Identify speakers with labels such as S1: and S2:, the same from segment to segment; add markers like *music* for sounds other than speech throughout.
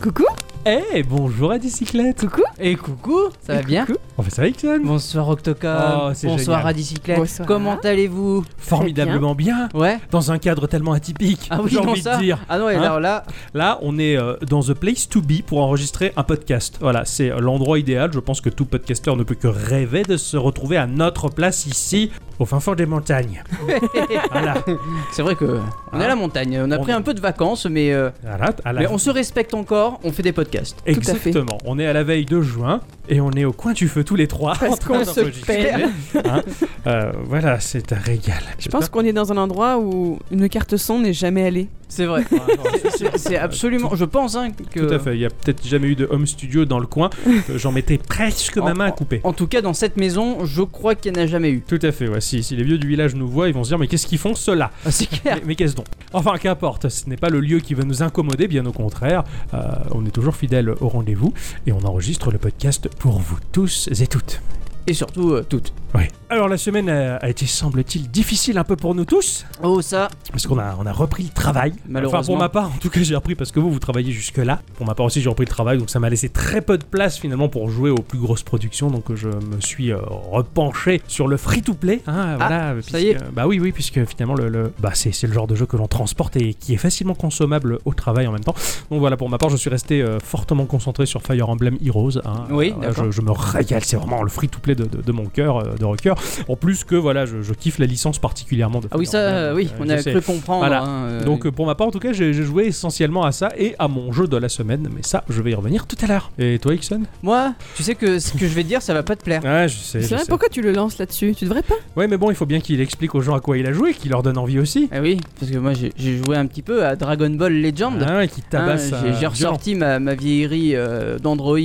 S1: Coucou
S2: Eh, bonjour à Dicyclette
S1: Coucou
S3: Et coucou, ça va bien
S2: On fait ça avec Yann
S3: Bonsoir Octocom,
S2: Oh, c'est
S3: bonsoir
S2: génial.
S3: Radicyclette,
S1: Bonsoir.
S3: comment allez-vous
S2: Formidablement bien.
S3: Ouais
S2: Dans un cadre tellement atypique,
S3: Ah
S2: *laughs*
S3: oui,
S2: j'ai
S3: non,
S2: envie
S3: ça.
S2: de dire.
S3: Ah non, et
S2: Hein
S3: alors là,
S2: Là, on est euh, dans The Place to Be pour enregistrer un podcast. Voilà, c'est euh, l'endroit idéal. Je pense que tout podcasteur ne peut que rêver de se retrouver à notre place ici, au fin fond des
S1: *laughs*
S2: montagnes. voilà,
S3: c'est vrai que on est à la montagne, on a
S2: On
S3: pris
S2: est-
S3: un peu de vacances, mais, euh,
S2: voilà, à la-
S3: mais on se respecte encore, on fait des podcasts.
S1: à fait.
S2: Exactement. On est à la veille de juin et on est au coin du feu tous les trois. *laughs*
S1: Parce
S2: en train
S1: qu'on se
S2: d'enregistrer.
S1: perd.
S2: Hein Euh, voilà, c'est un régal.
S1: Je
S2: *laughs*
S1: pense qu'on est dans un endroit où une carte son n'est jamais allée.
S2: Eh
S3: C'est vrai,
S2: Ah,
S3: c'est *laughs* c'est absolument, je pense hein, que...
S2: Tout à fait, il n'y a peut-être jamais eu de home studio dans le coin. Euh, J'en mettais presque ma
S3: En-
S2: main à couper.
S3: En tout cas, dans cette maison, je crois qu'il n'y en a
S2: *laughs*
S3: jamais eu.
S2: Tout à fait, ouais. Si, si les vieux du village nous voient, ils vont se dire Mais qu'est-ce qu'ils font ceux-là
S3: Ah, c'est clair
S2: Mais, mais qu'est-ce donc Enfin, qu'importe, ce n'est pas le lieu qui va nous incommoder, bien au contraire. Euh, on est toujours fidèles au rendez-vous et on enregistre le podcast pour vous tous et toutes.
S3: Et surtout, euh, toutes.
S2: Ouais. Alors, la semaine a, a été, semble-t-il, difficile un peu pour nous tous,
S3: Oh ça,
S2: parce qu'on a, on a repris le travail.
S3: Malheureusement.
S2: Enfin, pour ma part, en tout cas, j'ai repris parce que vous, vous travaillez jusque-là. Pour ma part aussi, j'ai repris le travail, donc ça m'a laissé très peu de place finalement pour jouer aux plus grosses productions. Donc euh, je me suis euh, repenché sur le free-to-play. hein, voilà,
S3: ça y est.
S2: puisque- Bah oui, oui, puisque finalement, le, le- bah, c'est c'est le genre de jeu que l'on transporte et qui est facilement consommable au travail en même temps. Donc voilà, pour ma part, je suis resté euh, fortement concentré sur Fire Emblem Heroes. hein.
S3: Oui,
S2: voilà,
S3: d'accord.
S2: je, je me régale, c'est vraiment le free-to-play de, de- de mon cœur, euh, de Rocker. En plus que, voilà, je, je kiffe la licence particulièrement de
S3: ah oui
S2: Fire
S3: ça,
S2: Emblem,
S3: euh,
S2: donc,
S3: oui,
S2: euh,
S3: on
S2: je
S3: a
S2: sais.
S3: cru comprendre.
S2: Voilà.
S3: hein, euh,
S2: Donc euh, pour ma part en tout cas j'ai j'ai joué essentiellement à ça et à mon jeu de la semaine mais ça je vais y revenir tout à l'heure. Et toi Ixon
S3: Moi, tu sais que ce que je vais dire, ça va pas te plaire.
S2: Ouais Ah, je sais.
S1: C'est vrai, pourquoi tu le lances là-dessus Tu devrais pas
S2: Ouais mais bon il faut bien qu'il explique aux gens à quoi il a joué, qu'il leur donne envie aussi.
S3: Ah oui, parce que moi j'ai j'ai joué un petit peu à Dragon Ball Legend.
S2: Hein, et qu'il tabasse.
S3: Hein, j'ai-
S2: euh,
S3: j'ai ressorti ma, ma vieillerie euh, d'Android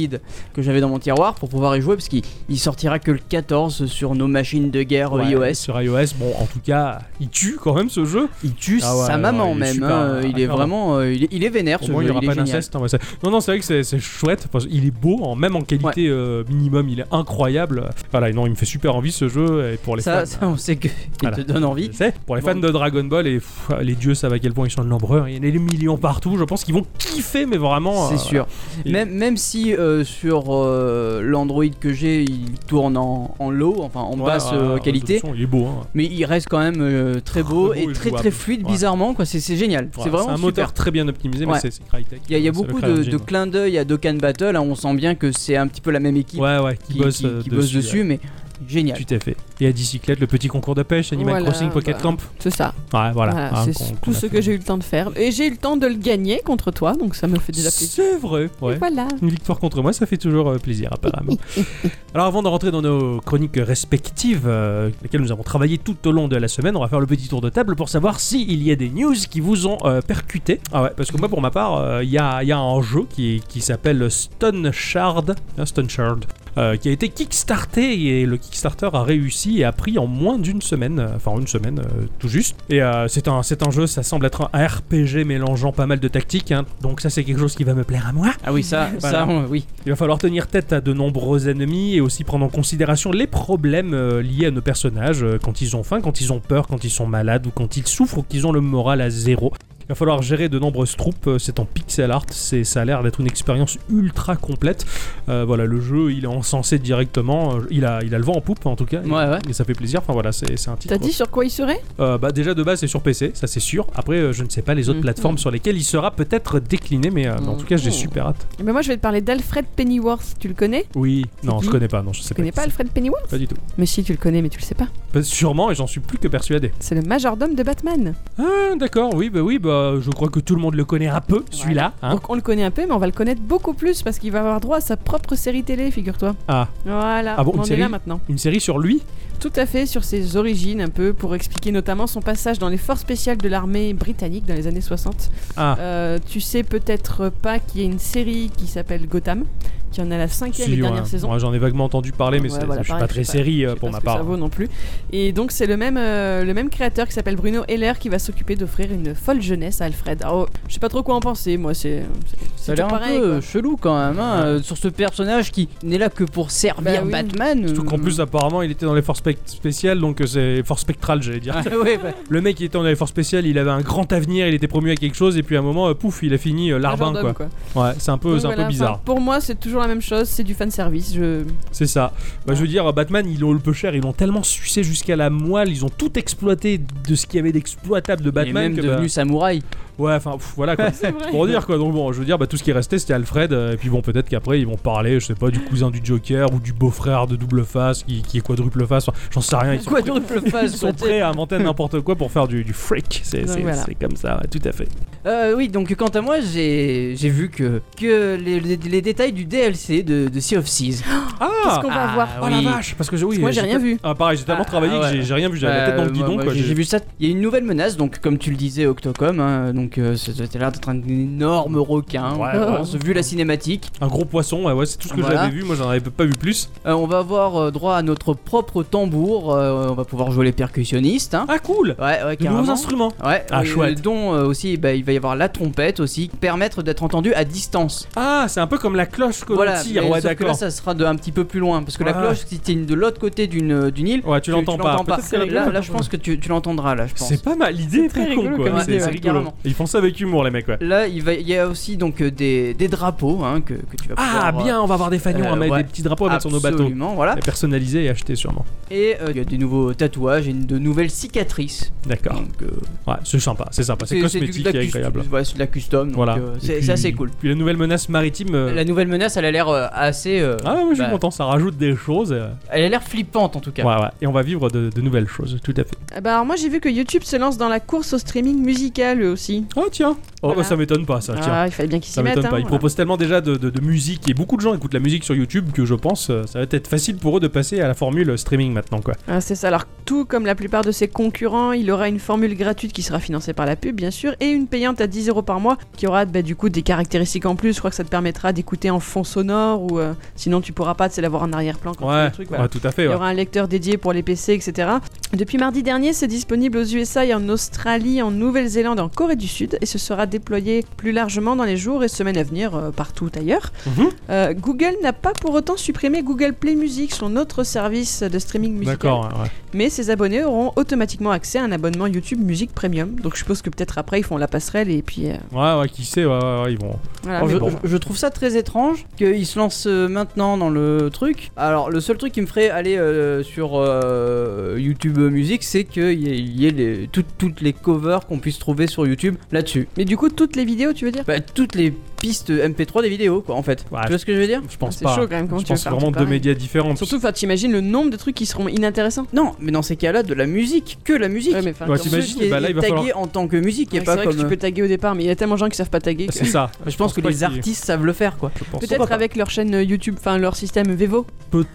S3: que j'avais dans mon tiroir pour pouvoir y jouer parce qu'il il sortira que le 14 sur nos machines de guerre
S2: violent.
S3: euh,
S2: Ouais,
S3: iOS.
S2: Sur iOS bon en tout cas il tue quand même ce jeu.
S3: Il tue
S2: Ah ouais,
S3: sa
S2: ouais,
S3: maman
S2: il est
S3: même.
S2: super,
S3: hein,
S2: euh,
S3: il est
S2: ah,
S3: vraiment, euh, il, est, il est vénère.
S2: Au
S3: ce
S2: moins il
S3: jeu,
S2: n'y aura
S3: est
S2: pas
S3: génial.
S2: d'inceste. hein, ouais, ça- non non c'est vrai que c'est- c'est chouette parce qu'il est beau en même en qualité euh, minimum il est incroyable. Voilà et non il me fait super envie ce jeu et pour les
S3: Ça,
S2: fans.
S3: ça, on sait que il
S2: Voilà.
S3: te donne envie.
S2: Je sais, pour les fans de Dragon Ball et pff, les dieux savent à quel point ils sont nombreux, hein. il y en a des millions partout, je pense qu'ils vont kiffer, mais vraiment. euh,
S3: C'est sûr.
S2: Et-
S3: Même, même si euh, sur euh, l'Android que j'ai, il tourne en, en low, enfin en
S2: ouais,
S3: basse
S2: ouais,
S3: euh,
S2: ouais, de
S3: qualité,
S2: toute façon, il est beau. hein.
S3: mais il reste quand même euh, très beau
S2: beau
S3: et
S2: et
S3: très
S2: jouable.
S3: très fluide,
S2: Ouais.
S3: bizarrement. quoi. C'est c'est génial. c'est
S2: Voilà,
S3: vraiment
S2: un
S3: super.
S2: moteur très bien optimisé, mais
S3: Ouais.
S2: c'est c'est Crytek.
S3: Il y a, il y a
S2: euh, c'est le
S3: beaucoup de,
S2: CryEngine,
S3: de clins d'œil à Dokkan Battle, hein, on sent bien que c'est un petit peu la même équipe
S2: Ouais, ouais, qui,
S3: qui,
S2: bosse,
S3: qui-
S2: euh,
S3: qui bosse
S2: dessus.
S3: dessus, mais génial.
S2: Tu t'es fait. Et à Dicyclette, le petit concours de pêche, Animal
S1: Voilà,
S2: Crossing, Pocket
S1: bah.
S2: Camp.
S1: C'est ça.
S2: Ouais, voilà.
S1: Voilà,
S2: hein,
S1: c'est
S2: qu'on- qu'on
S1: tout
S2: a
S1: ce
S2: fait.
S1: que j'ai eu le temps de faire. Et j'ai eu le temps de le gagner contre toi, donc ça me fait déjà plaisir.
S2: C'est vrai,
S1: Et
S2: ouais.
S1: Voilà.
S2: Une victoire contre moi, ça fait toujours euh, plaisir apparemment. *laughs* Alors avant de rentrer dans nos chroniques respectives, euh, lesquelles nous avons travaillé tout au long de la semaine, on va faire le petit tour de table pour savoir s'il y a des news qui vous ont euh, percuté. Ah ouais, parce que moi pour ma part, euh, il y, a, il y a un jeu qui, qui s'appelle Stone Shard. hein, Stone Shard. euh, qui a été kickstarté et le Kickstarter a réussi et a pris en moins d'une semaine, euh, enfin une semaine euh, tout juste. Et euh, c'est un, c'est un jeu, ça semble être un RPG mélangeant pas mal de tactiques, hein, donc ça c'est quelque chose qui va me plaire à moi.
S3: Ah
S2: *laughs*
S3: oui, ça,
S2: Voilà.
S3: ça on- oui.
S2: Il va falloir tenir tête à de nombreux ennemis et aussi prendre en considération les problèmes euh, liés à nos personnages euh, quand ils ont faim, quand ils ont peur, quand ils sont malades ou quand ils souffrent ou qu'ils ont le moral à zéro. Il va falloir gérer de nombreuses troupes, euh, c'est en pixel art, c'est, ça a l'air d'être une expérience ultra complète. Euh, voilà, le jeu il est encensé directement, euh, il a, il a le vent en poupe en tout cas.
S3: Ouais, ouais.
S2: Et ça fait plaisir, enfin voilà, c'est, c'est un titre.
S1: T'as dit sur quoi il serait
S2: Euh, bah, déjà de base c'est sur PC, ça c'est sûr. Après euh, je ne sais pas les autres
S3: Mhm.
S2: plateformes sur lesquelles il sera peut-être décliné, mais, euh, mais en tout cas j'ai
S1: Mhm.
S2: super hâte.
S1: Eh ben Moi, je vais te parler d'Alfred Pennyworth. Tu le connais
S2: Oui,
S1: C'est
S2: non
S1: qui
S2: je connais pas, non je sais
S1: Tu connais
S2: pas
S1: pas Alfred Pennyworth
S2: Pas du tout.
S1: Mais si, tu le connais, mais tu le sais pas.
S2: Bah, sûrement, et j'en suis plus que persuadé.
S1: C'est le majordome de Batman.
S2: Ah, d'accord, oui, bah oui, bah je crois que tout le monde le connaît un peu, celui-là. Hein
S1: Donc on le connaît un peu, mais on va le connaître beaucoup plus parce qu'il va avoir droit à sa propre série télé, figure-toi.
S2: ah,
S1: Voilà,
S2: Ah bon,
S1: on
S2: une
S1: en est
S2: série
S1: là maintenant.
S2: une série sur lui
S1: Tout à fait sur ses origines un peu, pour expliquer notamment son passage dans les forces spéciales de l'armée britannique dans les années 60.
S2: Ah,
S1: Euh, tu sais peut-être pas qu'il y a une série qui s'appelle Gotham, qui qu'il y en a la cinquième
S2: Si,
S1: et dernière
S2: ouais.
S1: saison.
S2: Moi, j'en ai vaguement entendu parler, mais
S1: Ouais,
S2: c'est-
S1: voilà,
S2: je suis
S1: pareil,
S2: pas très
S1: je sais pas-
S2: série euh,
S1: Je sais
S2: pour
S1: pas
S2: ma
S1: ce que
S2: part.
S1: Ça vaut non plus. Et donc c'est le même, euh, le même créateur qui s'appelle Bruno Heller qui va s'occuper d'offrir une folle jeunesse à Alfred. Alors, je sais pas trop quoi en penser, moi c'est. c'est-
S3: Ça
S1: c'est
S3: a l'air
S1: toujours
S3: un
S1: pareil,
S3: peu euh,
S1: quoi.
S3: chelou quand même, hein, euh, sur ce personnage qui n'est là que pour servir
S1: Bah oui.
S3: Batman.
S2: Surtout qu'en
S3: euh,
S1: Hmm.
S2: plus, apparemment, il était dans les forces spec- spéciales, donc euh, c'est force spectrale, j'allais dire.
S3: *laughs* ouais, bah,
S2: Le mec, il était dans les forces spéciales, il avait un grand avenir, il était promu à quelque chose, et puis à un moment, euh, pouf, il a fini euh,
S1: Un genre
S2: larbin,
S1: d'homme,
S2: quoi.
S1: quoi.
S2: Ouais, c'est un peu,
S1: Donc
S2: c'est un
S1: voilà,
S2: peu bizarre.
S1: enfin, pour moi, c'est toujours la même chose, c'est du fan service. Je...
S2: C'est ça. Bah, je veux dire, Batman, ils l'ont le peu cher, ils l'ont tellement sucé jusqu'à la moelle, ils ont tout exploité de ce qu'il y avait d'exploitable de
S3: il est
S2: Batman.
S3: même
S2: que,
S3: devenu samouraï.
S2: bah, ouais, enfin, pff, voilà
S3: *laughs*
S2: quoi. Eh,
S1: *laughs*
S2: pour dire quoi. Donc bon, je veux dire, bah, tout ce qui restait, c'était Alfred. euh, et puis bon, peut-être qu'après, ils vont parler, je sais pas, du cousin du Joker ou du beau-frère de double face qui, qui est quadruple face. Enfin, J'en sais rien. Ils sont,
S3: Quadruple face, *laughs*
S2: ils sont
S3: peut-être.
S2: prêts à inventer n'importe quoi pour faire du, du freak. C'est
S1: Donc
S2: c'est-
S1: voilà.
S2: c'est comme ça, ouais, tout à fait.
S3: Euh, oui, donc quant à moi, j'ai j'ai vu que, que les, les- les détails du DLC de, de Sea of Thieves.
S1: Qu'est-ce
S2: Ah
S1: qu'on va voir
S3: Ah,
S2: Oh
S3: oui.
S2: la vache Parce que j'ai- oui,
S1: Parce que Moi j'ai rien vu.
S2: Ah, pareil, j'ai tellement
S3: Ah,
S2: travaillé
S3: ah,
S2: que j'ai-
S3: ouais.
S2: j'ai rien vu, j'avais la tête
S3: Euh,
S2: dans le
S3: moi-
S2: guidon
S3: moi,
S2: quoi.
S3: J'ai
S2: j'ai-
S3: j'ai vu ça. Il y a une nouvelle menace, donc comme tu le disais, Octocom. hein, donc euh, ça doit être l'air d'être un énorme requin.
S2: Ouais,
S3: je
S1: ouais.
S3: pense, vu la cinématique,
S2: Un gros poisson, ouais, ouais, c'est tout ce que
S3: Voilà.
S2: j'avais vu, moi j'en avais pas vu plus.
S3: Euh, on va avoir euh, droit à notre propre tambour. euh, on va pouvoir jouer les percussionnistes. hein.
S2: Ah cool
S3: Ouais, ouais,
S2: De nouveaux
S3: carrément.
S2: instruments
S3: Ouais,
S2: Ah,
S3: euh,
S2: chouette.
S3: dont euh, aussi bah, il va y avoir la trompette aussi, permettre d'être entendu à distance.
S2: Ah, c'est un peu comme la cloche que l'on tire,
S3: mais
S2: ouais,
S3: sauf que là
S2: d'accord.
S3: ça sera de, un petit peu plus loin parce que la
S2: Ouais.
S3: cloche si t'es une- de l'autre côté d'une euh, d'une île,
S2: Ouais, tu l'entends pas. Peut-être qu'elle a
S3: Là,
S2: bien-
S3: là, je pense que tu, tu l'entendras là, je pense.
S2: C'est pas mal, l'idée est
S1: très
S2: très con
S1: rigolo
S2: quoi.
S1: comme
S2: C'est
S3: idée,
S2: c'est
S3: ouais,
S2: rigolo.
S3: carrément.
S2: Ils font ça avec humour les mecs, ouais.
S3: Là, il, va, il y a aussi donc euh, des, des drapeaux hein, que, que tu vas pouvoir.
S2: Ah bien, on va avoir des fanions à
S3: euh,
S2: mettre
S3: ouais.
S2: des petits drapeaux à
S3: euh,
S2: mettre sur nos bateaux.
S3: Absolument, voilà.
S2: Et Personnalisés et achetés sûrement.
S3: Et euh, il y a des nouveaux tatouages et une- de nouvelles cicatrices.
S2: D'accord.
S3: Donc, euh,
S2: Ouais, c'est sympa, c'est sympa, c'est
S3: du-
S2: cosmétique
S3: de la
S2: et
S3: cus-
S2: agréable.
S3: ouais, c'est de la custom. donc,
S2: Voilà.
S3: euh,
S2: Et
S3: c'est
S2: puis-
S3: c'est assez cool.
S2: Puis la nouvelle menace maritime. euh,
S3: La nouvelle menace, elle a l'air euh, assez. euh,
S2: Ah, moi je suis
S3: bah,
S2: content, ça rajoute des choses. euh,
S3: Elle a l'air flippante en tout cas.
S2: Ouais, ouais. Et on va vivre de, de nouvelles choses, tout à fait.
S1: Ah bah, alors moi j'ai vu que YouTube se lance dans la course au streaming musical eux aussi.
S2: Oh, tiens. Oh,
S1: Voilà.
S2: bah, ça m'étonne pas, ça, tiens.
S1: Ah, il fallait bien qu'ils s'y
S2: Ça
S1: mettent.
S2: m'étonne
S1: hein,
S2: pas. Ils
S1: voilà.
S2: proposent tellement déjà de, de- de musique et beaucoup de gens écoutent la musique sur YouTube que je pense euh, ça va être facile pour eux de passer à la formule streaming maintenant quoi.
S1: Ah, c'est ça. Alors, tout comme la plupart de ses concurrents, il aura une formule gratuite qui sera financée par la pub, bien sûr, et une payante à 10 euros par mois qui aura bah, du coup des caractéristiques en plus. Je crois que ça te permettra d'écouter en fond sonore ou euh, sinon tu pourras pas, tu sais, l'avoir en arrière-plan quand tu fais
S2: Ouais,
S1: le truc. voilà.
S2: ouais, tout à fait.
S1: Il y
S2: ouais.
S1: aura un lecteur dédié pour les PC, etc. Depuis mardi dernier, c'est disponible aux USA et en Australie, en Nouvelle-Zélande, en Corée du Sud, et ce sera déployé plus largement dans les jours et semaines à venir euh, partout ailleurs.
S2: Mhm.
S1: Euh, Google n'a pas pour autant supprimé Google Play Music, son autre service de streaming musical.
S2: D'accord. ouais, ouais.
S1: Mais ses abonnés auront automatiquement accès à un abonnement YouTube Music Premium. Donc je suppose que peut-être après ils font la passerelle et puis euh,
S2: Ouais, ouais, qui sait, ouais, ouais, ouais, ils vont.
S1: voilà.
S3: Alors,
S1: mais
S3: je,
S1: bon.
S3: je- je trouve ça très étrange qu'ils se lancent euh, maintenant dans le truc. Alors, le seul truc qui me ferait aller euh, sur euh, YouTube Music, c'est qu'il y ait, il y ait les- toutes- toutes les covers qu'on puisse trouver sur YouTube là-dessus.
S1: Mais du coup toutes les vidéos, tu veux dire
S3: Bah, toutes les pistes MP3 des vidéos, quoi, en fait.
S2: Ouais.
S3: Tu vois ce que je veux dire
S2: Je pense
S1: C'est
S2: pas.
S1: chaud quand même. Comment
S2: je
S1: tu veux
S2: pense
S1: faire
S2: vraiment
S1: tout
S2: deux
S1: pareil
S2: médias différents.
S1: Surtout, enfin, t'imagines le nombre de trucs qui seront inintéressants.
S3: Non, mais dans ces cas-là, de la musique, que la musique.
S1: Ouais, mais enfin,
S2: Ouais,
S1: quand-
S2: t'imagines,
S3: Ce qui est-
S2: bah là, il va
S3: est tagué
S2: falloir-
S3: en tant que musique et
S1: Ouais, c'est
S3: pas
S1: vrai
S3: comme. euh,
S1: que tu peux taguer au départ, mais il y a tellement de gens qui savent pas taguer. que-
S2: Ah, C'est
S1: *laughs*
S2: ça.
S3: Je pense que
S2: pas
S3: les
S2: qu'ils-
S3: artistes savent le faire, quoi.
S2: je pense
S1: Peut-être
S2: pas.
S1: avec leur chaîne YouTube, enfin leur système Vevo.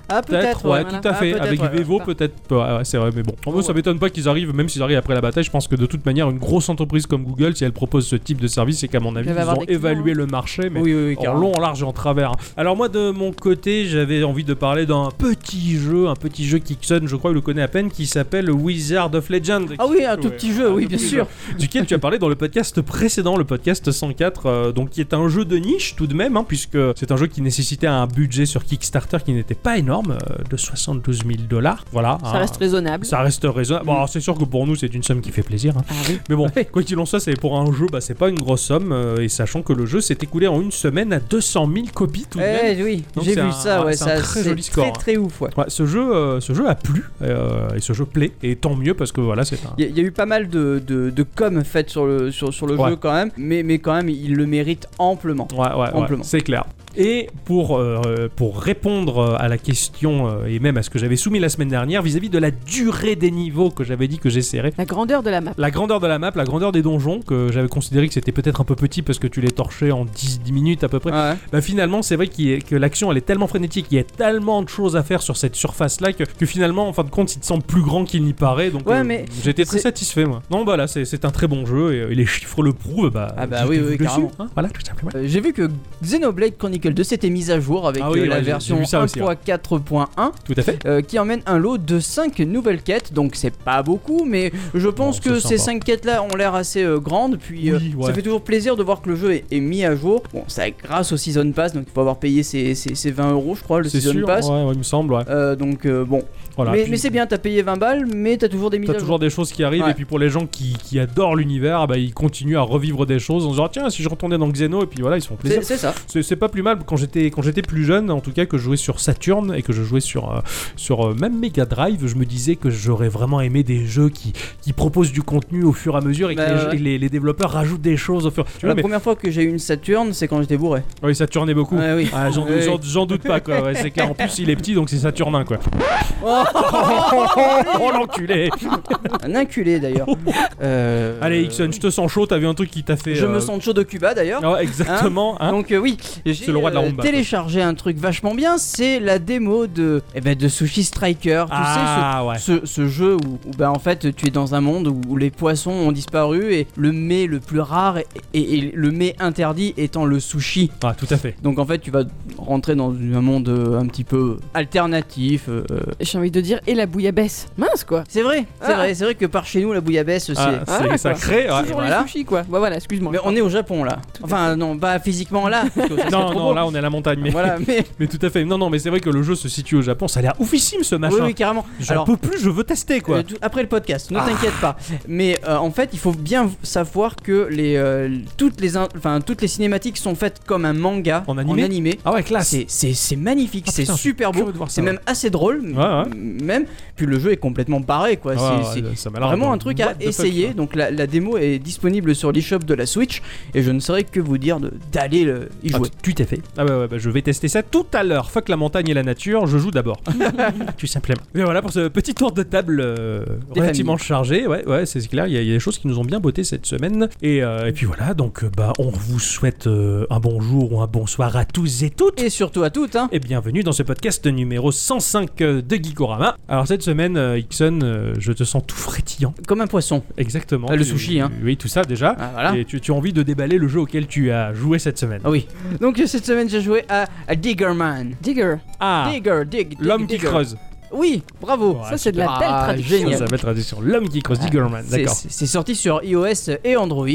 S3: Ah,
S2: Peut-être, ouais,
S1: voilà.
S2: tout à
S3: Ah,
S2: fait.
S3: peut-être,
S2: Avec
S3: ouais,
S2: du Vevo,
S1: ouais.
S2: peut-être pas. Ouais, c'est vrai, mais bon. En vrai, ça
S3: Ouais.
S2: m'étonne pas qu'ils arrivent, même s'ils arrivent après la bataille. Je pense que de toute manière, une grosse entreprise comme Google, si elle propose ce type de service, c'est qu'à mon avis,
S1: Elle va
S2: ils
S1: avoir
S2: ont
S1: des clients,
S2: évalué
S1: hein.
S2: le marché, mais
S3: Oui, oui, oui,
S2: en
S3: carrément.
S2: long, en large et en travers. Alors moi, de mon côté, j'avais envie de parler d'un petit jeu, un petit jeu Kickson, je crois, il le connaît à peine, qui s'appelle Wizard of Legend.
S3: Ah oui, un tout petit jeu,
S2: Un
S3: oui,
S2: tout
S3: bien
S2: petit
S3: sûr.
S2: *laughs* duquel tu as parlé dans le podcast précédent, le podcast 104, euh, donc qui est un jeu de niche tout de même, hein, puisque c'est un jeu qui nécessitait un budget sur Kickstarter qui n'était pas énorme, euh, de 72 000 dollars. Voilà.
S1: Ça
S2: hein.
S1: reste raisonnable.
S2: Ça reste raisonnable. Bon, alors, c'est sûr que pour nous, c'est une somme qui fait plaisir. hein.
S1: Mm. Ah oui.
S2: Mais bon,
S3: Ouais.
S2: quoi qu'il en soit, c'est pour un jeu, bah, c'est pas une grosse somme. euh, et sachant que le jeu s'est écoulé en une semaine à 200 000 copies tout de même.
S3: Eh oui,
S2: Donc
S3: j'ai
S2: c'est
S3: vu
S2: un-
S3: ça, ouais,
S2: c'est un
S3: ça
S2: très joli
S3: c'est
S2: score, hein.
S3: Très, très ouf, ouais.
S2: Ouais, ce jeu, euh, ce jeu a plu euh, et ce jeu plaît et tant mieux parce que voilà, c'est un.
S3: Il y, a- il y a eu pas mal de, de, de com faites sur le, sur, sur le
S2: Ouais.
S3: jeu quand même, mais, mais quand même il le mérite amplement.
S2: Ouais, ouais, ouais,
S3: Amplement.
S2: c'est clair. Et pour, euh, pour répondre euh, à la question euh, et même à ce que j'avais soumis la semaine dernière vis-à-vis de la durée des niveaux que j'avais dit que j'essaierais,
S1: La grandeur de la map.
S2: la grandeur de la map, la grandeur des donjons, que j'avais considéré que c'était peut-être un peu petit parce que tu les torchais en 10-10 minutes à peu près,
S3: Ouais.
S2: bah finalement c'est vrai qu'il y a- que l'action elle est tellement frénétique, il y a tellement de choses à faire sur cette surface là que, que finalement en fin de compte il te semble plus grand qu'il n'y paraît donc
S3: Ouais,
S2: euh,
S3: mais
S2: j'étais très
S3: c'est-
S2: satisfait moi. Non bah là c'est c'est un très bon jeu et, euh, et les chiffres le prouvent bah,
S3: Ah bah
S2: j'étais
S3: oui, oui,
S2: dessus,
S3: carrément.
S2: hein, voilà tout simplement.
S3: Euh, J'ai vu que Xenoblade Chronicles article de cette mise à jour avec
S2: Ah oui,
S3: euh, la
S2: ouais, j'ai- j'ai
S3: version
S2: vu ça aussi, ouais.
S3: 1.4.1
S2: Tout à fait.
S3: euh, qui emmène un lot de 5 nouvelles quêtes. Donc c'est pas beaucoup, mais je pense
S2: c'est
S3: que ces
S2: sympa.
S3: 5 quêtes-là ont l'air assez euh, grandes. Puis euh,
S2: Oui, ouais.
S3: ça fait toujours plaisir de voir que le jeu est, est mis à jour. Bon, c'est grâce au Season Pass, donc il faut avoir payé ses, ses- ses 20 euros, je crois, le
S2: C'est
S3: Season
S2: sûr,
S3: Pass.
S2: ouais, ouais, il me semble, ouais.
S3: Euh, donc euh, bon,
S2: Voilà.
S3: mais,
S2: Puis-
S3: mais c'est bien, t'as payé 20 balles, mais t'as toujours des mises
S2: T'as
S3: à jour.
S2: toujours des choses qui arrivent,
S3: Ouais.
S2: et puis pour les gens qui, qui adorent l'univers, bah, ils continuent à revivre des choses en se disant tiens, si je retournais dans Xeno, et puis voilà, ils se font plaisir.
S3: C'est c'est ça.
S2: C'est c'est pas plus mal quand j'étais quand j'étais plus jeune, en tout cas que je jouais sur Saturn et que je jouais sur euh, sur euh, même Mega Drive, je me disais que j'aurais vraiment aimé des jeux qui qui proposent du contenu au fur et à mesure et que
S3: Bah
S2: les,
S3: ouais. Ah,
S2: jeux- et les- les développeurs rajoutent des choses au fur. Tu
S3: la
S2: vois, mais
S3: première fois que j'ai eu une Saturne, c'est quand j'étais bourré.
S2: oui, Saturn est beaucoup.
S3: Ouais, oui.
S2: Ah, j'en
S3: Ouais.
S2: j'en- j'en doute pas quoi. Ouais, c'est clair. En plus, il est petit, donc c'est Saturnin quoi.
S3: Oh,
S2: *laughs* Oh l'enculé
S3: un inculé d'ailleurs. Euh,
S2: *laughs* Allez, Ixon, je te sens chaud. T'as vu un truc qui t'a fait.
S3: Je
S2: euh,
S3: me sens chaud de Cuba d'ailleurs.
S2: Ah, exactement. hein.
S3: Donc euh, oui, j'ai
S2: C'est le roi de la
S3: euh,
S2: rumba,
S3: téléchargé un truc vachement bien, c'est la démo de, eh ben, de Sushi Striker. Tu
S2: ah
S3: sais,
S2: ouais.
S3: ce, ce- ce jeu où, où, ben, en fait tu es dans un monde où, où les poissons ont disparu et le mets le plus rare et, et- et le mets interdit étant le sushi.
S2: Ah, tout à fait.
S3: Donc en fait tu vas rentrer dans un monde euh, un petit peu alternatif. euh, euh.
S1: J'ai envie de dire, et la bouillabaisse. Mince quoi.
S3: C'est vrai, c'est
S1: Ah.
S3: vrai, c'est vrai que par chez nous la bouillabaisse c'est...
S2: Ah,
S1: Ah,
S2: c'est
S1: quoi.
S2: sacré. ouais.
S1: Toujours
S3: voilà.
S1: les sushis quoi. Bah voilà, excuse-moi.
S3: Mais on est au Japon là. Enfin non, pas physiquement là. parce que ça serait
S2: Non,
S3: trop
S2: non,
S3: beau.
S2: là on est à la montagne, mais,
S3: Voilà, mais
S2: *laughs* mais tout à fait. Non, non, mais c'est vrai que le jeu se situe au Japon, ça a l'air oufissime ce
S3: oui,
S2: machin.
S3: oui, carrément.
S2: J'en
S3: Alors,
S2: peux plus, je veux tester quoi. Ah.
S3: Euh, tout- après le podcast, ne t'inquiète pas. Mais euh, en fait, il faut bien v- savoir que les, euh, toutes, les, in- enfin, toutes les cinématiques sont faites comme un manga
S2: En animé Ah ouais, classe.
S3: C'est- C'est c'est magnifique,
S2: Ah,
S3: c'est
S2: putain,
S3: super
S2: curieux
S3: beau.
S2: de voir ça,
S3: C'est même assez drôle, m-
S2: ouais.
S3: même. Puis le jeu est complètement barré, quoi.
S2: Ouais,
S3: C'est-
S2: Ah, ouais,
S3: c'est
S2: ça m'a l'air
S3: vraiment
S2: d'un
S3: un truc à
S2: what the fuck,
S3: essayer.
S2: quoi.
S3: Donc la, la démo est disponible sur l'eShop de la Switch, et je ne saurais que vous dire de- d'aller le- y
S2: Ah,
S3: jouer.
S2: tu t'es fait. Ah bah, ouais, bah, je vais tester ça tout à l'heure. Fuck la montagne et la nature, je joue
S3: *laughs*
S2: d'abord. tout simplement. Mais voilà pour ce petit tour de table euh,
S3: Des
S2: relativement chargé. Ouais, ouais, c'est clair. Il y, a- il y a des choses qui nous ont bien botté cette semaine. Et, euh, et puis voilà, donc euh, bah on vous souhaite euh, un bonjour ou un bonsoir à tous et toutes.
S3: Et surtout à toutes, hein.
S2: Et bienvenue dans ce podcast numéro 105 euh, de Geekorama. Alors cette semaine, euh, Ixon, euh, je te sens tout frétillant.
S3: comme un poisson.
S2: Exactement.
S3: Ah, le
S2: Tu-
S3: sushi, hein.
S2: Oui, tout ça déjà.
S3: Ah, voilà.
S2: Et tu, tu as envie de déballer le jeu auquel tu as joué cette semaine.
S3: Ah oui. Donc cette semaine, j'ai joué à, à Diggerman.
S1: Digger.
S2: Ah,
S3: Digger, dig, dig,
S2: l'homme qui
S3: digger.
S2: creuse.
S3: Oui, bravo.
S2: Ouais,
S1: ça c'est de la
S3: super.
S1: belle
S3: Ah,
S1: traduction.
S2: Ça
S3: génial. Ah,
S2: s'appelle traduction. L'homme qui creuse, Diggerman.
S3: C'est-
S2: D'accord.
S3: C'est c'est sorti sur iOS et Android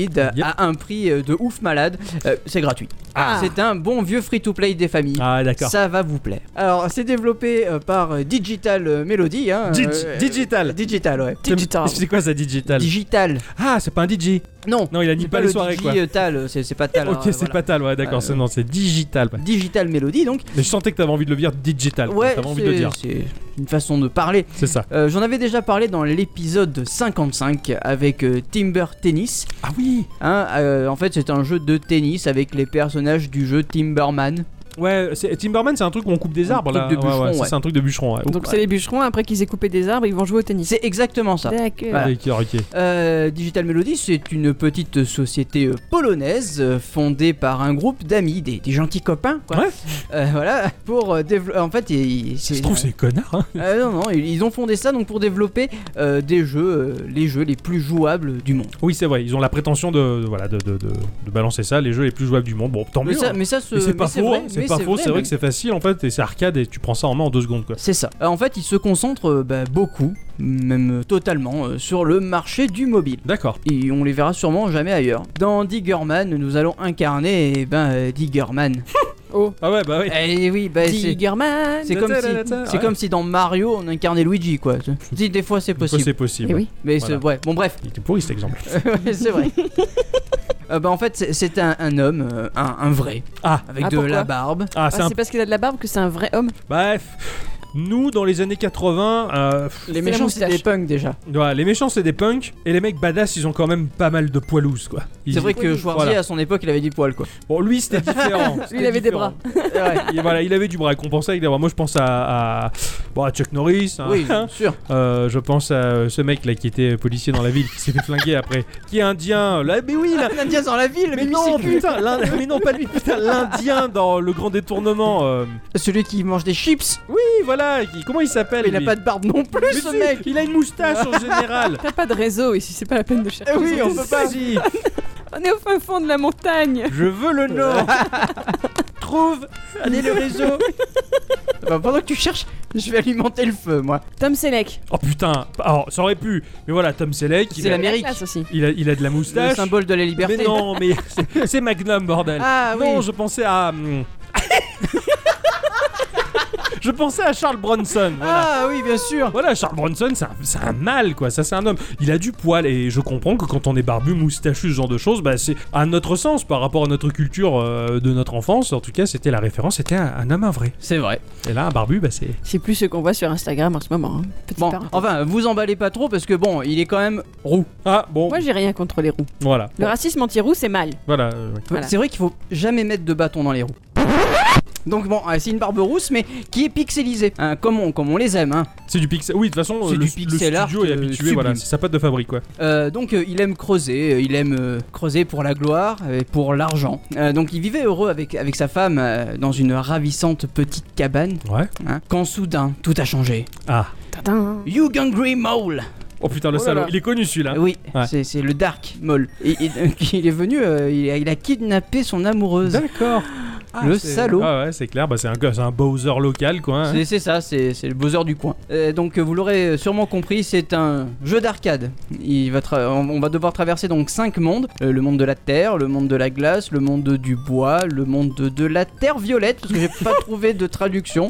S3: à un prix euh, de ouf malade. Euh, c'est gratuit.
S1: Ah.
S3: C'est un bon vieux free-to-play des familles.
S2: Ah, d'accord.
S3: Ça va vous plaire. Alors, c'est développé euh, par euh, Digital euh, Melody. hein,
S2: Dig-
S3: euh,
S2: digital.
S3: Digital, ouais.
S2: C'est- *laughs*
S1: Digital.
S2: C'est quoi ça, digital
S3: Digital.
S2: Ah, c'est pas un DJ.
S3: Non,
S2: Non, il anime
S3: c'est
S2: pas,
S3: pas
S2: les
S3: le
S2: soirées, quoi.
S3: digital, euh, c'est c'est pas Tal.
S2: ok,
S3: hein,
S2: c'est
S3: voilà.
S2: pas tal, ouais, d'accord.
S3: Euh,
S2: c'est- Non, c'est digital.
S3: Digital Melody, donc.
S2: Mais je sentais que t'avais envie de le dire digital.
S3: Ouais,
S2: T'avais envie de le
S3: c'est
S2: dire.
S3: c'est une façon de parler.
S2: C'est ça.
S3: Euh, J'en avais déjà parlé dans l'épisode 55 avec euh, Timber Tennis.
S2: Ah oui
S3: Hein, euh, en fait, c'est un jeu de tennis avec les personnages du jeu Timberman.
S2: Ouais, c'est- Timberman, c'est un truc où on coupe des
S3: Un
S2: arbres
S3: truc
S2: là.
S3: de
S2: Ouais,
S3: bûcheron,
S2: ouais, ça,
S3: ouais.
S2: c'est un truc de bûcheron. Ouais.
S1: Donc c'est les bûcherons, après qu'ils aient coupé des arbres, ils vont jouer au tennis.
S3: C'est exactement ça.
S1: D'accord.
S3: Voilà.
S2: Ok, ok.
S3: Euh, Digital Melody, c'est une petite société euh, polonaise euh, fondée par un groupe d'amis, des, des gentils copains, quoi.
S2: Ouais.
S3: Euh, voilà, pour euh, développer. En fait, ils- ils-
S2: Ça se trouve, c'est connard. Hein.
S3: Euh, non, non, ils ils ont fondé ça donc pour développer euh, des jeux, euh, les jeux les plus jouables du monde.
S2: Oui, c'est vrai. Ils ont la prétention de, de- voilà, de, de, de, de balancer ça, les jeux les plus jouables du monde. Bon, tant
S3: Mais
S2: mieux.
S3: ça,
S2: hein.
S3: mais ça, ce-
S2: Mais c'est
S3: mais
S2: pas faux,
S3: vrai,
S2: hein. c'est
S3: mais
S2: pas faux, c'est vrai
S3: même.
S2: que c'est facile en fait, et c'est arcade et tu prends ça en main en deux secondes quoi.
S3: C'est ça. Euh, en fait, ils se concentrent euh, bah, beaucoup, même euh, totalement, euh, sur le marché du mobile.
S2: D'accord.
S3: Et on les verra sûrement jamais ailleurs. Dans Diggerman, nous allons incarner, eh ben,
S2: *laughs*
S3: euh, Diggerman.
S1: Oh.
S2: Ah ouais, bah oui.
S3: Eh oui, bah, c'est...
S1: Diggerman.
S3: c'est comme, si, c'est
S2: Ouais.
S3: comme si dans Mario on incarnait Luigi quoi. Si des fois c'est
S2: Une fois,
S3: possible. Ah,
S2: C'est possible.
S1: Eh oui.
S3: Mais
S2: Voilà.
S3: c'est ouais. Bon bref, *laughs*
S2: Il était pourri cet exemple.
S3: Ouais, c'est
S2: *laughs*
S3: vrai. Euh, bah, en fait c'est- c'est un, un homme, euh, un, un vrai,
S2: Ah,
S3: avec
S1: Ah,
S3: de
S1: pourquoi
S3: la barbe.
S2: ah
S1: Ah,
S2: c'est un.
S1: c'est parce qu'il a de la barbe que c'est un vrai homme.
S2: Bref. Nous, dans les années 80, euh,
S3: Les
S1: la
S3: méchants c'est
S1: moustache.
S3: des punks déjà.
S2: voilà, les méchants c'est des punks et les mecs badass ils ont quand même pas mal de poilous quoi. Ils-
S3: C'est vrai que
S1: Oui,
S3: Schwarzy
S2: voilà.
S3: à son époque il avait du
S2: *laughs*
S3: poil quoi.
S2: Bon, lui c'était
S3: *laughs*
S2: différent.
S1: Lui, il avait des bras.
S3: Ouais.
S2: Et voilà, il avait du bras, qu'on pensait avec des bras. Moi, je pense à, à- bon, à Chuck Norris. hein.
S3: Ah. Oui, sûr.
S2: Euh, je pense à euh, ce mec là qui était policier dans la ville, qui s'est fait flinguer après, qui est indien. Là, mais oui, là.
S3: Un indien dans *laughs* la ville,
S2: Mais,
S3: mais, lui,
S2: non,
S3: c'est cul.
S2: putain, l'Inde- *laughs* mais non, pas lui, putain, l'Indien dans le grand détournement. euh,
S3: Celui qui mange des chips,
S2: Oui, voilà, qui- comment il s'appelle
S3: mais il a
S2: lui
S3: pas de barbe non plus,
S2: Mais
S3: ce
S2: si,
S3: mec.
S2: Il a une moustache en général.
S1: T'as pas de réseau ici, c'est pas la peine de chercher.
S3: Eh *laughs* oui, on
S2: Mais
S3: peut pas.
S2: si,
S3: *laughs*
S1: On est au fin fond de la montagne.
S2: Je veux le nom. trouve Allez le réseau
S3: Bah, pendant que tu cherches, je vais alimenter le feu, moi.
S1: Tom Selleck.
S2: Oh putain Alors, ça aurait pu, mais voilà, Tom Selleck, il
S3: C'est
S2: a,
S3: la- l'Amérique.
S1: Ah, ça, si.
S2: il a, il a de la
S3: Le
S2: moustache.
S3: symbole de la liberté.
S2: Mais non, mais *laughs* c'est- c'est Magnum, bordel
S3: Ah oui.
S2: Non, je pensais à... hum. *laughs* je pensais à Charles Bronson, voilà.
S3: Ah oui, bien sûr.
S2: Voilà, Charles Bronson, c'est un, c'est un mâle, quoi. Ça, c'est un homme. Il a du poil, et je comprends que quand on est barbu, moustachu, ce genre de choses, bah, c'est à notre sens, par rapport à notre culture euh, de notre enfance. En tout cas, c'était la référence, c'était un, un homme, un vrai.
S3: C'est vrai.
S2: Et là, un barbu, bah, c'est.
S1: C'est plus ce qu'on voit sur Instagram en ce moment. hein. Petite
S3: Bon,
S1: parenthèse.
S3: enfin, vous emballez pas trop parce que bon, il est quand même roux.
S2: Ah, bon,
S1: Moi, j'ai rien contre les roux.
S2: voilà.
S1: Le racisme anti-roux, c'est mal.
S2: Voilà. euh, ouais.
S1: Voilà.
S3: C'est vrai qu'il faut jamais mettre de bâton dans les roues. Donc bon, euh, c'est une barbe rousse, mais qui est pixelisée, hein, comme, on, comme on les aime. Hein.
S2: C'est du pixel. Oui, de toute façon,
S3: C'est
S2: le,
S3: du
S2: le
S3: pixel art,
S2: studio est
S3: euh,
S2: habitué,
S3: sublime.
S2: voilà. C'est sa patte de fabrique, quoi.
S3: Euh, donc euh, il aime creuser, euh, il aime euh, creuser pour la gloire et pour l'argent. Euh, donc il vivait heureux avec, avec sa femme euh, dans une ravissante petite cabane,
S2: Ouais.
S3: hein, quand soudain tout a changé.
S2: Ah.
S1: Tadam.
S3: You Hungry Mole
S2: Oh putain, le
S1: Oh là
S2: salaud.
S1: là.
S2: Il est connu, celui-là.
S3: Euh, Oui,
S2: hein. Ouais.
S3: c'est- c'est le Dark Mole. Et, et donc, *laughs* il est venu, euh, il, a, il a kidnappé son amoureuse.
S2: D'accord.
S3: le salaud.
S2: Ah ouais, c'est clair. Bah, c'est un, c'est un Bowser local, quoi. hein.
S3: C'est- C'est ça, c'est c'est le buzzer du coin. Euh, donc euh, vous l'aurez sûrement compris, c'est un jeu d'arcade. Il va tra- on on va devoir traverser donc cinq mondes. Euh, le monde de la terre, le monde de la glace, le monde du bois, le monde de, de la terre violette, parce que j'ai pas *laughs* trouvé de traduction.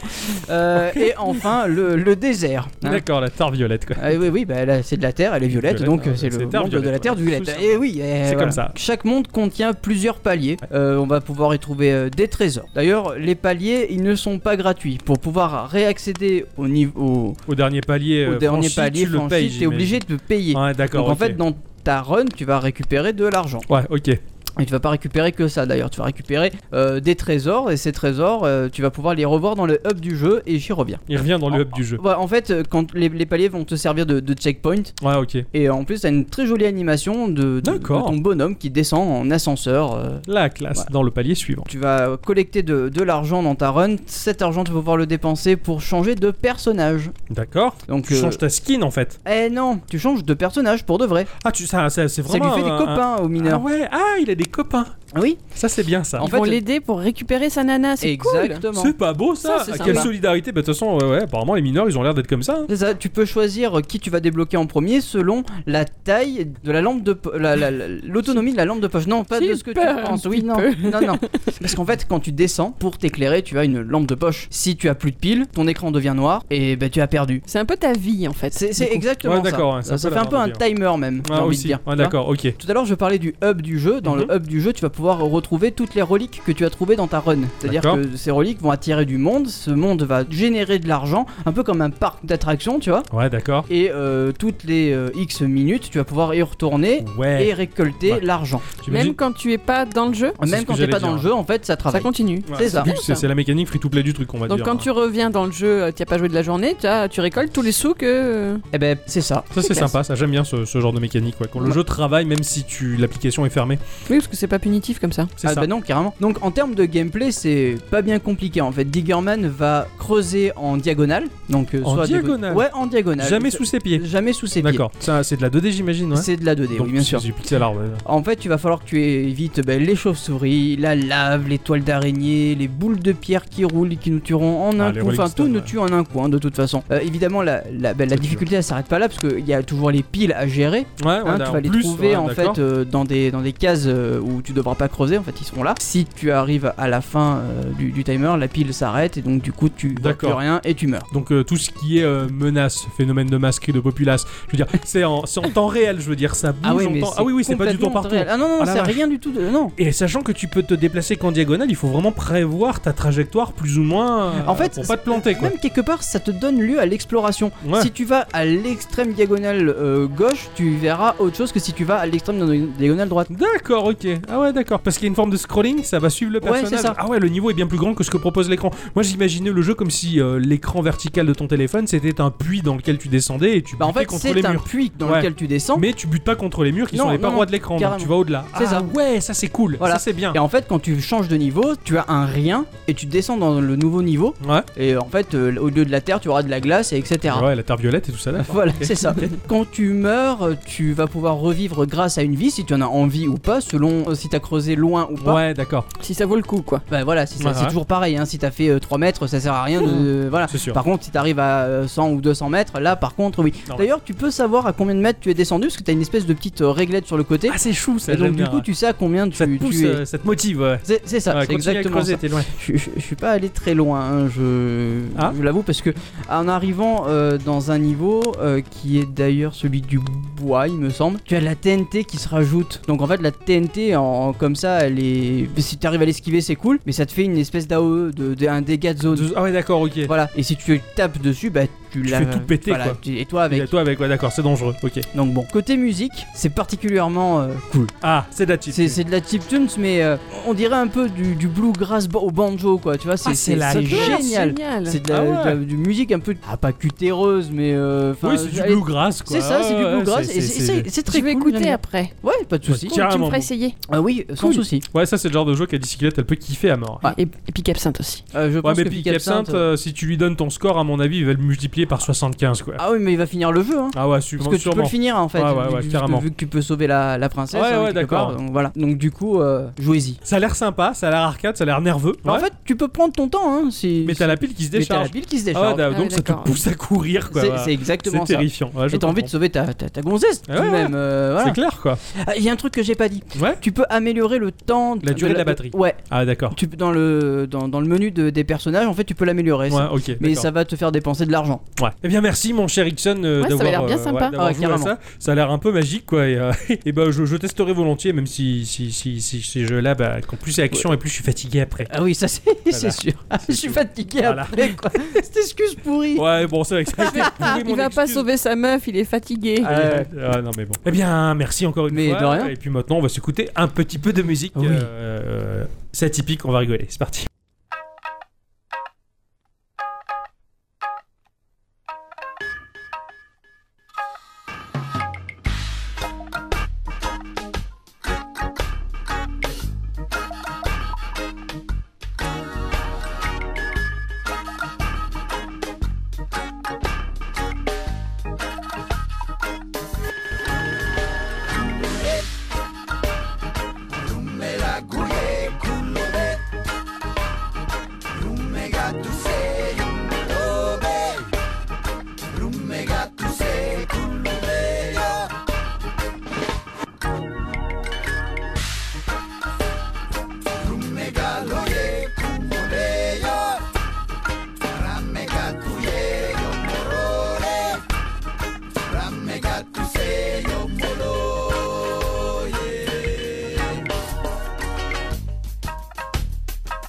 S3: Euh, et enfin le, le désert. hein.
S2: D'accord, la tare violette, quoi.
S3: Ah oui, oui, bah, là, c'est de la terre, elle est violette,
S2: Violette,
S3: donc
S2: hein,
S3: euh, c'est le
S2: c'est
S3: monde
S2: terre
S3: de la
S2: violette,
S3: terre
S2: ouais.
S3: violette.
S2: Tout simple.
S3: Et oui, euh,
S2: C'est
S3: voilà.
S2: comme ça.
S3: Chaque monde contient plusieurs paliers. Euh, on va pouvoir y trouver euh, des trésors. D'ailleurs, les paliers, ils ne sont pas gratuits. Pour pouvoir réaccéder au niveau,
S2: Au dernier palier,
S3: au
S2: euh,
S3: dernier
S2: franchi,
S3: palier
S2: tu le
S3: franchi,
S2: payes.
S3: t'es obligé de payer.
S2: Ouais, d'accord.
S3: Donc en
S2: ok.
S3: fait, dans ta run, tu vas récupérer de l'argent.
S2: Ouais, ok.
S3: Et tu vas pas récupérer que ça d'ailleurs, tu vas récupérer euh, des trésors et ces trésors, euh, tu vas pouvoir les revoir dans le hub du jeu et j'y reviens.
S2: Il revient dans le
S3: Oh,
S2: hub du
S3: *laughs*
S2: jeu.
S3: Ouais, en fait, euh, quand les, les paliers vont te servir de, de checkpoint,
S2: Ouais, ok.
S3: Et en plus, t'as une très jolie animation de, de- de
S2: D'accord.
S3: ton bonhomme qui descend en ascenseur. euh.
S2: La classe
S3: Voilà.
S2: dans le palier suivant.
S3: Tu vas collecter de, de l'argent dans ta run. Cet argent, tu vas pouvoir le dépenser pour changer de personnage.
S2: D'accord.
S3: Donc,
S2: Tu
S3: euh,
S2: changes ta skin en fait.
S3: eh non, tu changes de personnage pour de vrai.
S2: Ah, tu ça, ça- c'est
S3: Ça
S2: vraiment.
S3: lui fait des
S2: un- Ah
S3: copains
S2: un-
S3: aux
S2: Ah
S3: mineurs.
S2: ouais. Ah, il a des copains.
S3: Oui,
S2: Ça c'est bien ça.
S3: En
S1: Ils
S3: fait,
S1: vont
S3: le-
S1: l'aider pour récupérer sa nana, c'est cool.
S3: exactement.
S2: C'est pas beau ça.
S1: Ça, c'est
S2: Ah, Quelle
S1: sympa.
S2: solidarité. Bah de toute façon, ouais, ouais, apparemment les mineurs ils ont l'air d'être comme ça. hein.
S3: C'est ça, tu peux choisir qui tu vas débloquer en premier selon la taille de la lampe de po- la- la- la- l'autonomie de la lampe de poche. Non, pas
S1: J'ai
S3: de ce que tu
S1: peur un
S3: penses. Oui,
S1: petit
S3: non,
S1: peu.
S3: non, non. Parce qu'en fait, quand tu descends pour t'éclairer, tu as une lampe de poche. Si tu as plus de piles, ton écran devient noir et ben tu as perdu.
S1: C'est un peu ta vie en fait.
S3: C'est c'est
S1: Du coup.
S3: exactement
S2: Ouais, d'accord,
S3: ça.
S2: ouais, c'est un
S3: ça.
S2: peu
S3: ça fait
S2: la
S3: un peu un
S2: lampe de
S3: timer même. j'ai
S2: Ah
S3: envie de
S2: aussi.
S3: dire.
S2: Ah
S3: Tu vois
S2: d'accord. Ok.
S3: tout à l'heure, je parlais du hub du jeu. Dans
S2: Mhm.
S3: le hub du jeu, tu vas pouvoir retrouver toutes les reliques que tu as trouvées dans ta run. C'est-à-dire
S2: D'accord.
S3: que ces reliques vont attirer du monde. Ce monde va générer de l'argent, un peu comme un parc d'attractions, tu vois.
S2: Ouais, d'accord.
S3: Et euh, toutes les euh, X minutes, tu vas pouvoir y retourner et
S2: Ouais.
S3: récolter
S2: Ouais.
S3: l'argent.
S2: j'imagine-
S1: Même quand tu es pas dans le jeu,
S2: c'est ce
S3: Même
S2: que
S3: quand t'es
S2: j'allais
S3: pas dans
S2: dire.
S3: le jeu, en fait, ça
S1: ça
S3: travaille.
S1: continue.
S2: Ouais,
S3: c'est ça.
S2: vu que C'est
S1: Ça.
S2: c'est la mécanique free to play du truc, on va
S1: Donc
S2: dire.
S1: quand tu reviens dans le jeu, euh, t'y as pas joué de la journée, t'as- tu récoltes tous les sous que. euh,
S3: Eh ben, c'est ça.
S2: Ça c'est
S1: C'est classe.
S2: sympa, ça j'aime bien ce, ce genre de mécanique. ouais. Quand le
S3: Ouais.
S2: jeu travaille, même si tu l'application est fermée,
S1: Oui, parce que c'est pas punitif comme ça.
S2: c'est
S3: ah
S2: ça.
S3: bah non, carrément. Donc en termes de gameplay, c'est pas bien compliqué en fait. Diggerman va creuser en diagonale, donc euh,
S2: En
S3: soit des-
S2: diagonale
S3: Ouais, en diagonale.
S2: Jamais sous ses pieds.
S3: Jamais sous ses pieds.
S2: D'accord. Ça c'est de la 2D j'imagine. Ouais.
S3: C'est de la 2D,
S2: Donc,
S3: oui, bien
S2: c'est
S3: sûr. Ah,
S2: du pixel art. ouais.
S3: En fait, tu vas falloir que tu évites ben, les chauves-souris, la lave, les toiles d'araignée, les boules de pierre qui roulent et qui nous tueront en
S2: Ah,
S3: un
S2: les
S3: coup. Enfin,
S2: Rolling
S3: tout
S2: Stones,
S3: nous
S2: ouais.
S3: tue en un coup, hein, de toute façon. Euh, évidemment, la, la, ben, la
S2: C'est
S3: difficulté, elle s'arrête pas là, parce qu'il y a toujours les piles à gérer.
S2: Ouais,
S3: hein,
S2: ouais,
S3: tu
S2: Ah, en
S3: vas les
S2: plus,
S3: trouver
S2: ouais,
S3: en
S2: d'accord.
S3: fait euh, dans, des, dans des cases euh, où tu devras pas creuser, en fait, ils seront là. Si tu arrives à la fin euh, du, du timer, la pile s'arrête et donc du coup, tu vois plus
S2: D'accord.
S3: rien et tu meurs.
S2: Donc euh, tout ce qui est euh, menace, phénomène de masque et de populace, je veux
S3: *laughs*
S2: dire, c'est en, c'est en temps réel, je veux dire, ça bouge en temps. Ah oui, oui, c'est pas du temps
S3: complètement
S2: partout.
S3: réel. Ah non, non,
S2: Ah la
S3: c'est
S2: vache.
S3: rien du tout. De... Non.
S2: Et sachant que tu peux te déplacer qu'en diagonale, il faut vraiment prévoir ta trajectoire plus ou moins euh,
S3: En fait,
S2: pour pas te planter quoi.
S3: Même quelque part, ça te donne lieu à l'exploration.
S2: Ouais.
S3: Si tu vas à l'extrême diagonale euh, gauche, tu verras autre chose que si tu vas à l'extrême di- diagonale droite.
S2: D'accord, ok. Ah ouais, d'accord. Parce qu'il y a une forme de scrolling, ça va suivre le
S3: Ouais, c'est
S2: personnage.
S3: ça.
S2: Ah ouais, le niveau est bien plus grand que ce que propose l'écran. Moi, j'imaginais le jeu comme si euh, l'écran vertical de ton téléphone, c'était un puits dans lequel tu descendais et tu
S3: Bah en
S2: butais
S3: fait,
S2: contre les
S3: c'est un
S2: murs.
S3: puits dans
S2: Ouais.
S3: lequel tu descends.
S2: Mais tu butes pas contre les murs qui
S3: Non,
S2: sont les
S3: non,
S2: parois
S3: non,
S2: de l'écran, donc
S3: carrément.
S2: tu vas au-delà.
S3: C'est
S2: ah
S3: ça.
S2: ouais, ça c'est cool.
S3: Voilà.
S2: Ça c'est bien.
S3: Et en fait, quand tu changes de niveau, tu as un rien et tu descends dans le nouveau niveau.
S2: Ouais.
S3: Et en fait, euh, au lieu de la terre, tu auras de la glace, et etc.
S2: Ouais, la terre violette et tout ça là.
S3: *laughs* Voilà,
S2: *laughs*
S3: c'est ça. Quand tu meurs, tu vas pouvoir revivre grâce à une vie, si tu en as envie ou pas, selon euh, si tu as creuser loin ou pas.
S2: Ouais, d'accord,
S1: Si ça vaut le coup, quoi.
S3: Bah voilà, si ça-
S2: Ouais,
S3: c'est
S2: ouais.
S3: toujours pareil. Hein, si t'as fait euh, 3 mètres, ça sert à
S2: *laughs*
S3: rien de. Voilà.
S2: c'est sûr.
S3: Par contre, si t'arrives à euh, 100 ou 200 mètres, là par contre, oui.
S2: Non,
S3: D'ailleurs, tu peux savoir à combien de mètres tu es descendu parce que t'as une espèce de petite euh, réglette sur le côté.
S2: Ah, c'est chou, ça.
S3: et donc,
S2: j'aime
S3: du
S2: bien,
S3: coup,
S2: ouais.
S3: tu sais à combien
S2: ça te
S3: tu,
S2: pousse,
S3: tu es.
S2: euh, ça te motive, ouais.
S3: C'est c'est ça,
S2: Ouais,
S3: c'est
S2: continue à
S3: exactement
S2: creuser,
S3: ça.
S2: t'es loin.
S3: Je, je- je suis pas allé très loin, hein, je,
S2: Ah.
S3: je l'avoue, parce que en arrivant euh, dans un niveau euh, qui est d'ailleurs celui du bois, il me semble, tu as de la TNT qui se rajoute. Donc en fait, la TNT, en, en- comme ça, elle est. Si t'arrives à l'esquiver, c'est cool, mais ça te fait une espèce d'AOE, de, de- un dégât de zone.
S2: Deux- Ah ouais, d'accord, ok.
S3: Voilà, et si tu tapes dessus, bah tu
S2: Tu
S3: l'as.
S2: fais tout péter,
S3: voilà,
S2: quoi.
S3: tu- Et toi avec.
S2: Et Toi avec, ouais, d'accord, c'est dangereux, ok.
S3: Donc bon, côté musique, c'est particulièrement euh, cool.
S2: Ah, c'est de la type.
S3: C'est c'est de la chiptunes, mais euh, on dirait un peu du, du bluegrass ba- au banjo, quoi. Tu vois, c'est
S2: Ah, c'est la
S3: c'est
S2: vie.
S3: génial.
S1: Génial.
S3: C'est de la,
S2: Ah ouais.
S3: de la- du musique un peu, ah, pas cutéreuse, mais. euh, enfin,
S2: Oui, c'est du
S3: allez,
S2: bluegrass, quoi.
S3: C'est ça, c'est
S2: Ouais,
S3: du
S2: ouais,
S3: bluegrass.
S2: c'est-
S3: et
S2: c'est-
S3: c'est-
S2: c'est-
S3: c'est- C'est très
S1: Je vais
S3: cool,
S1: écouter
S3: j'aime
S1: après.
S3: bien. Ouais, pas de soucis.
S1: Cool, Oh, tu me
S2: Carrément.
S1: feras essayer.
S3: Ah oui, sans
S1: Cool.
S3: souci.
S2: Ouais, ça, c'est le genre de jeu qu'à bicyclette, elle peut kiffer à mort.
S3: Ouais.
S1: Ah. Et, et Pic Absinthe aussi.
S3: Euh, Ah, je
S2: Ouais,
S3: pense
S2: mais
S3: que
S2: Pic
S3: Pic Absinthe,
S2: Absinthe, euh, si tu lui donnes ton score, à mon avis, il va le multiplier par 75, quoi.
S3: Ah oui, mais il va finir le jeu, hein.
S2: Ah ouais,
S3: Parce
S2: sûrement.
S3: que tu peux
S2: sûrement.
S3: le finir en fait,
S2: Ouais, ouais,
S3: vu-
S2: ouais,
S3: vu,
S2: carrément.
S3: que, vu que tu peux sauver la, la princesse.
S2: Ouais,
S3: hein,
S2: ouais,
S3: quelque
S2: d'accord.
S3: part, Donc voilà. Donc du coup, euh, jouez-y.
S2: Ça a l'air sympa, ça a l'air arcade, ça a l'air nerveux.
S3: Bah,
S2: Ouais.
S3: En fait, tu peux prendre ton temps, hein. Si,
S2: mais t'as la pile qui se
S3: mais t'as
S2: décharge.
S3: la pile qui se
S2: Ah ouais,
S3: décharge.
S2: d'a-
S1: ouais,
S2: donc ça te
S1: d'accord.
S2: pousse à courir, quoi.
S3: C'est-
S2: voilà.
S3: c'est exactement
S2: C'est
S3: ça.
S2: terrifiant. Ouais, je
S3: Et t'as envie de
S2: comprends.
S3: sauver ta, ta, ta gonzesse tout
S2: Ah ouais,
S3: de même. euh, voilà.
S2: C'est clair, quoi.
S3: Ah, Il y a un truc que j'ai pas dit.
S2: Ouais.
S3: Tu peux améliorer le temps.
S2: La durée de la batterie.
S3: Ouais.
S2: Ah, d'accord.
S3: Tu, peux- dans, le, dans, dans le menu de- des personnages, en fait, tu peux l'améliorer. ça.
S2: Ouais, ok.
S3: Mais
S2: d'accord.
S3: ça va te faire dépenser de l'argent.
S2: Ouais. Eh bien, merci, mon cher Ixon, euh,
S1: Ouais, ça
S2: d'avoir
S1: a l'air bien
S2: euh,
S1: sympa.
S2: ouais, d'avoir
S3: Ouais,
S2: joué à
S3: carrément.
S2: ça. Ça a l'air un peu magique, quoi. Et, euh, *laughs* et bah, je, je testerai volontiers, même si, si, si, si ces jeux-là, bah, quand plus c'est action et plus je suis fatigué après.
S3: Ah oui, ça c'est *laughs* c'est sûr. Ah, je suis
S2: sûr.
S3: fatigué
S2: Voilà.
S3: après
S2: *laughs*
S3: quoi. Cette excuse pourrie.
S2: Ouais, bon, c'est vrai que ça a été pourri,
S1: Euh, Il
S2: mon
S1: va pas
S2: excuse.
S1: sauver sa meuf, il est fatigué.
S3: Ah,
S2: Euh, ah, non mais
S3: *laughs*
S2: bon. Eh bien, merci encore une
S3: Mais
S2: fois.
S3: de rien.
S2: Et puis maintenant, on va s'écouter un petit peu de musique.
S3: Oui.
S2: Euh, c'est atypique, on va rigoler. C'est parti.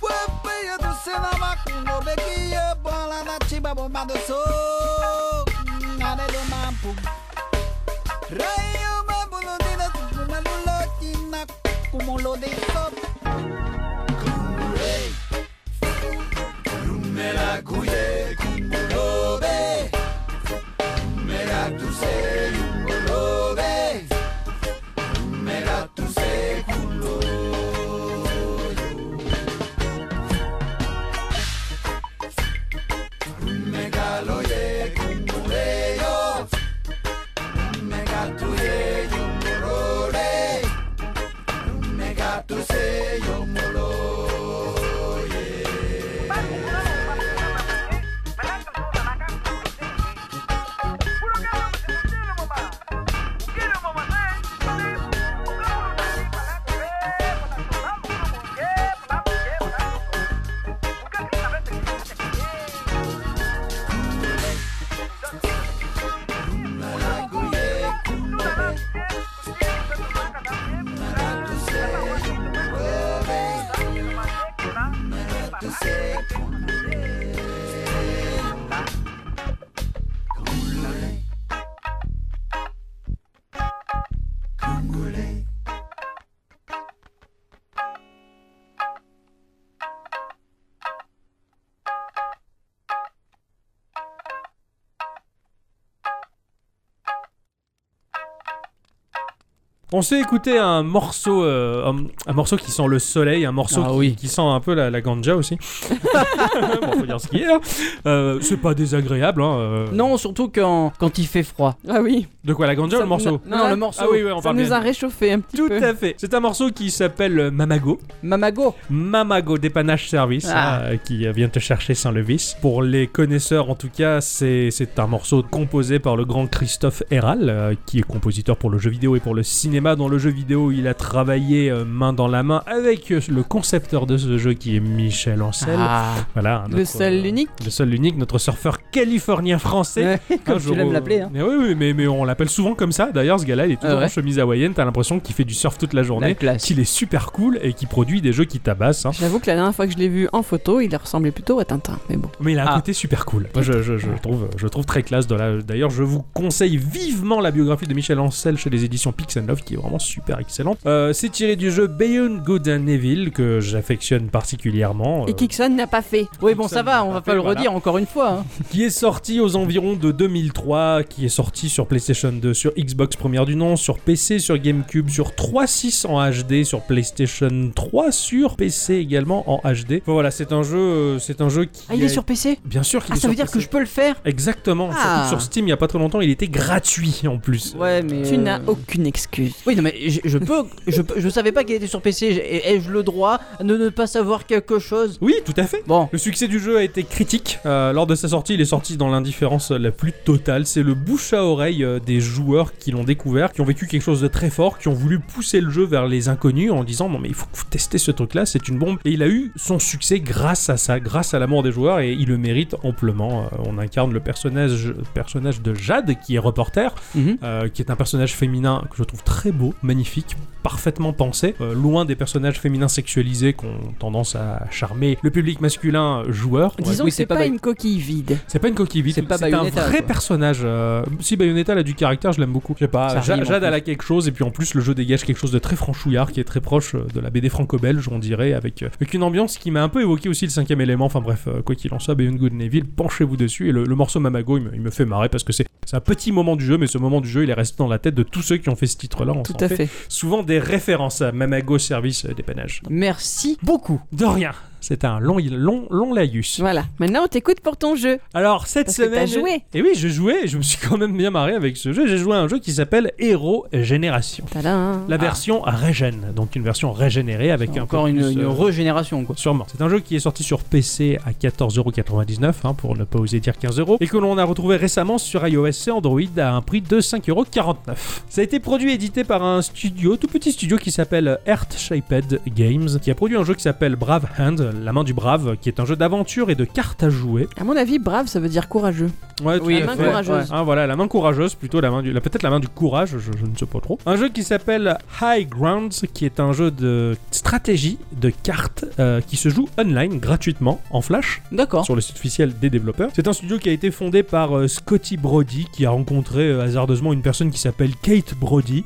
S4: Wepeya do senama kungo bekiye bala na chiba bomba do so ngare do mampu Rayo mabulo dina kumalu lo china kumulo de so Kumure Rumera kuye kumulo be Rumera tu se yumulo be Rumera tu se kumulo megaloye kumbuleyo megatuye yumborore megatuse yomoloye
S5: Yeah.
S2: On s'est écouté un morceau, euh, un, un morceau qui sent le soleil, un morceau
S3: Ah
S2: qui,
S3: oui.
S2: qui sent un peu la, la ganja
S1: *laughs*
S2: aussi. bon, faut dire ce qu'il y a. hein. Euh, c'est pas désagréable. Hein, euh.
S3: Non, surtout quand, quand il fait froid.
S1: Ah oui.
S2: De quoi, la ganja ou
S1: Ça-
S2: le morceau
S1: Non,
S3: Non,
S1: là,
S3: le morceau.
S2: Ah oui, ouais, on
S1: Ça
S2: parle
S1: nous
S2: bien.
S1: a réchauffé un petit
S2: Tout
S1: peu.
S2: à fait. C'est un morceau qui s'appelle euh, Mamago.
S3: Mamago.
S2: Mamago Dépannage Service, hein,
S3: Ah.
S2: euh, qui euh, vient te chercher sans le vice. Pour les connaisseurs, en tout cas, c'est c'est un morceau composé par le grand Christophe Héral, euh, qui est compositeur pour le jeu vidéo et pour le cinéma. Dans le jeu vidéo, il a travaillé euh, main dans la main avec euh, le concepteur de ce jeu, qui est Michel Ancel.
S3: Ah.
S2: Voilà, euh,
S1: Le seul, l'unique.
S2: Le seul, l'unique, notre surfeur californien français.
S3: Comme
S2: Un
S3: tu
S2: jour,
S3: l'aimes
S2: euh,
S3: l'appeler. Hein.
S2: Mais oui, oui, mais, mais on l'appelle souvent comme ça. D'ailleurs, ce gars-là, il est toujours
S3: Ah ouais.
S2: en chemise hawaïenne. T'as l'impression qu'il fait du surf toute la
S3: La
S2: journée.
S3: classe.
S2: Qu'il est super cool et qu'il produit des jeux qui tabassent. hein.
S1: J'avoue que la dernière fois que je l'ai vu en photo, il ressemblait plutôt à Tintin. Mais bon.
S2: Mais il a un
S3: Ah.
S2: côté super cool. Moi, je, je- je trouve, je trouve très classe. de la- D'ailleurs, je vous conseille vivement la biographie de Michel Ancel chez les éditions Pix Love, qui est vraiment super excellente. Euh, C'est tiré du jeu Beyond Good and Evil, que j'affectionne particulièrement. euh,
S1: Et Kixon n'a pas fait.
S3: Oui, bon, ça
S2: Personne
S3: va,
S2: ne
S3: on
S2: l'a
S3: va
S2: fait,
S3: pas le
S2: voilà.
S3: redire encore une fois. hein.
S2: qui est sorti aux environs de 2003, qui est sorti sur PlayStation 2, sur Xbox première du nom, sur PC, sur GameCube, sur 360 HD, sur PlayStation 3, sur PC également en HD. Bon, voilà, c'est un jeu, euh, c'est un jeu qui
S1: Ah, il est
S2: a-
S1: sur PC
S2: Bien sûr qu'il
S1: Ah,
S2: est
S1: ça veut
S2: sur
S1: dire que
S2: PC.
S1: je peux le faire
S2: Exactement,
S3: Ah.
S2: surtout sur Steam il y a pas très longtemps, il était gratuit en plus.
S3: Ouais, mais.
S1: Tu
S3: euh,
S1: n'as aucune excuse.
S3: Oui, non, mais je,
S2: *laughs*
S3: je peux. Je, peux- je savais pas qu'il était sur PC. j'ai- Ai-je le droit de ne pas savoir quelque chose
S2: Oui, tout à fait.
S3: Bon.
S2: Le succès du jeu a été critique. Euh, lors de sa sortie, il est sorti dans l'indifférence la plus totale. C'est le bouche à oreille euh, des joueurs qui l'ont découvert, qui ont vécu quelque chose de très fort, qui ont voulu pousser le jeu vers les inconnus en disant non mais il faut, faut tester ce truc-là, c'est une bombe. Et il a eu son succès grâce à ça, grâce à l'amour des joueurs et il le mérite amplement. Euh, on incarne le personnage, personnage de Jade qui est reporter
S3: Mhm.
S2: euh, qui est un personnage féminin que je trouve très beau, magnifique, parfaitement pensé, euh, loin des personnages féminins sexualisés qui ont tendance à charmer le public masculin euh, joueur. Ouais.
S1: Disons
S3: oui,
S1: que
S3: c'est
S1: c'est
S3: pas
S1: pas,
S3: Bay-
S1: une coquille vide.
S2: C'est pas une coquille vide,
S3: C'est pas
S2: c'est un
S3: Bayonetta,
S2: vrai
S3: quoi.
S2: personnage. euh, Si Bayonetta elle a du caractère, je l'aime beaucoup. Je sais pas,
S3: Ça
S2: Ja-
S3: rime, en
S2: Jade elle
S3: plus.
S2: a quelque chose, et puis en plus le jeu dégage quelque chose de très franchouillard qui est très proche euh, de la BD franco-belge, on dirait, avec, euh, avec une ambiance qui m'a un peu évoqué aussi le cinquième élément. Enfin bref, euh, quoi qu'il en soit, Beyond Good and Evil, penchez-vous dessus. Et le, le morceau Mamago, il me, il me fait marrer parce que c'est c'est un petit moment du jeu, mais ce moment du jeu il est resté dans la tête de tous ceux qui ont fait ce titre là. On
S1: Tout
S2: s'en
S1: à
S2: fait
S1: fait.
S2: souvent des références à Mamago Service euh, Dépannage.
S3: Merci beaucoup.
S2: De rien, c'était un long, long, long laïus.
S1: Voilà. Maintenant, on t'écoute pour ton jeu.
S2: Alors cette
S1: Parce que
S2: semaine.
S1: t'as joué.
S2: Et oui, j'ai joué, et je me suis quand même bien marré avec ce jeu. J'ai joué à un jeu qui s'appelle Hero Génération.
S1: Tadam.
S2: La version régène, donc une version régénérée avec un
S3: Encore
S2: peu
S3: une,
S2: plus,
S3: une
S2: euh,
S3: régénération, quoi.
S2: Sûrement. C'est un jeu qui est sorti sur PC à 14,99€ hein, pour ne pas oser dire 15€ et que l'on a retrouvé récemment sur iOS et Android à un prix de 5,49€. Ça a été produit et édité par un studio, tout petit studio qui s'appelle Earth Shaped Games, qui a produit un jeu qui s'appelle Brave Hand, la main du brave, qui est un jeu d'aventure et de cartes à jouer.
S1: À mon avis, brave, ça veut dire courageux.
S2: Ouais,
S3: Oui,
S1: la main courageuse.
S2: ah, voilà, la main courageuse, plutôt la main du, la- peut-être la main du courage, je, je ne sais pas trop. Un jeu qui s'appelle High Grounds, qui est un jeu de stratégie de cartes euh, qui se joue online gratuitement en flash
S3: D'accord.
S2: sur le site officiel des développeurs. C'est un studio qui a été fondé par euh, Scotty Brody, qui a rencontré euh, hasardeusement une personne qui s'appelle Kate Brody.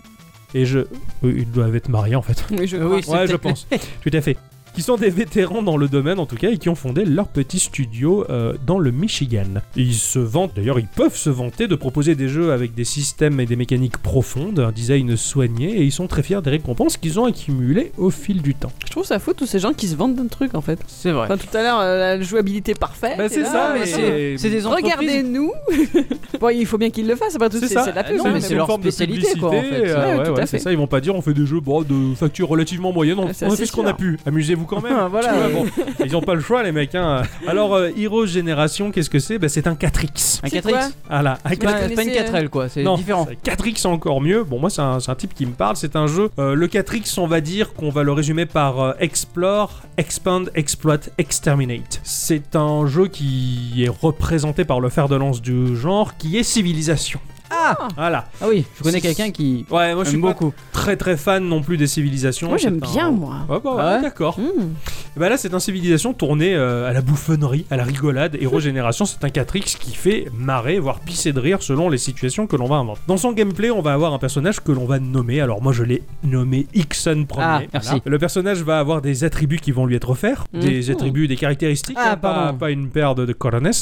S2: Et je, oui, ils doivent être mariés en fait.
S1: Oui, je
S3: Oui,
S1: crois.
S3: c'est
S2: Ouais, je
S3: peut-être-
S2: pense. *laughs* Tout à fait. Qui sont des vétérans dans le domaine en tout cas et qui ont fondé leur petit studio euh, dans le Michigan. Ils se vantent, d'ailleurs ils peuvent se vanter de proposer des jeux avec des systèmes et des mécaniques profondes, un design soigné et ils sont très fiers des récompenses qu'ils ont accumulées au fil du temps.
S1: Je trouve ça fou tous ces gens qui se vendent d'un truc en fait.
S3: C'est vrai.
S1: Enfin, tout à l'heure, euh, la jouabilité parfaite.
S2: Bah,
S1: et
S2: c'est
S1: là,
S2: ça,
S1: euh,
S2: mais
S1: attends,
S2: c'est-
S3: c'est des entreprises.
S1: Regardez-nous *laughs* Bon, il faut bien qu'ils le fassent, après tout, c'est c'est
S2: Ah
S1: de la pub.
S3: non,
S1: hein,
S3: mais
S1: mais
S3: c'est
S1: bon.
S3: leur
S2: forme de
S3: spécialité, quoi, en
S2: publicité,
S3: fait.
S2: euh,
S1: Ouais,
S2: ouais,
S1: tout
S2: ouais,
S1: à
S2: c'est
S1: fait.
S2: ça, ils vont pas dire on fait des jeux bon, de facture relativement moyenne, on,
S1: Ah, c'est
S2: on a
S1: assez
S2: fait ce qu'on a
S1: sûr.
S2: pu. Amusez-vous quand
S1: *laughs*
S2: même.
S3: Ah, voilà,
S2: Tu vois,
S3: ouais.
S2: bon, ils ont pas le choix les mecs. hein. Alors euh, Hero Generation, qu'est-ce que c'est Bah, C'est un 4X.
S3: Un
S1: C'est
S3: 4X.
S1: quoi
S2: Voilà, un
S3: C'est pas-
S1: Je
S3: c'est pas une
S1: connaissais,
S3: 4L, quoi. C'est
S2: non,
S3: différent.
S2: 4X encore mieux. Bon, moi, c'est un, c'est un type qui me parle. C'est un jeu. euh, le 4X, on va dire qu'on va le résumer par euh, Explore, Expand, Exploit, Exterminate. C'est un jeu qui est représenté par le fer de lance du genre, qui est civilisation.
S3: Ah
S2: Voilà.
S3: Ah oui, je connais
S2: C'est-
S3: quelqu'un qui.
S2: Ouais, moi, je suis
S3: Aime
S2: pas
S3: beaucoup.
S2: très très fan non plus des civilisations.
S1: Moi,
S2: C'est
S1: j'aime
S2: un-
S1: bien, moi.
S2: Ouais, bah,
S3: Ah
S2: ouais,
S3: ouais
S2: d'accord.
S1: Hmm.
S2: Et bah là, c'est une civilisation tournée euh, à la bouffonnerie, à la rigolade.
S1: *laughs*
S2: Hero Génération, c'est un 4X qui fait marrer, voire pisser de rire selon les situations que l'on va inventer. Dans son gameplay, on va avoir un personnage que l'on va nommer. Alors moi, je l'ai nommé Ixon premier.
S3: Ah, merci.
S2: Le personnage va avoir des attributs qui vont lui être offerts,
S1: Mhm.
S2: des attributs, des caractéristiques,
S3: Ah,
S2: hein, pas,
S3: pardon.
S2: pas une paire de, de corones.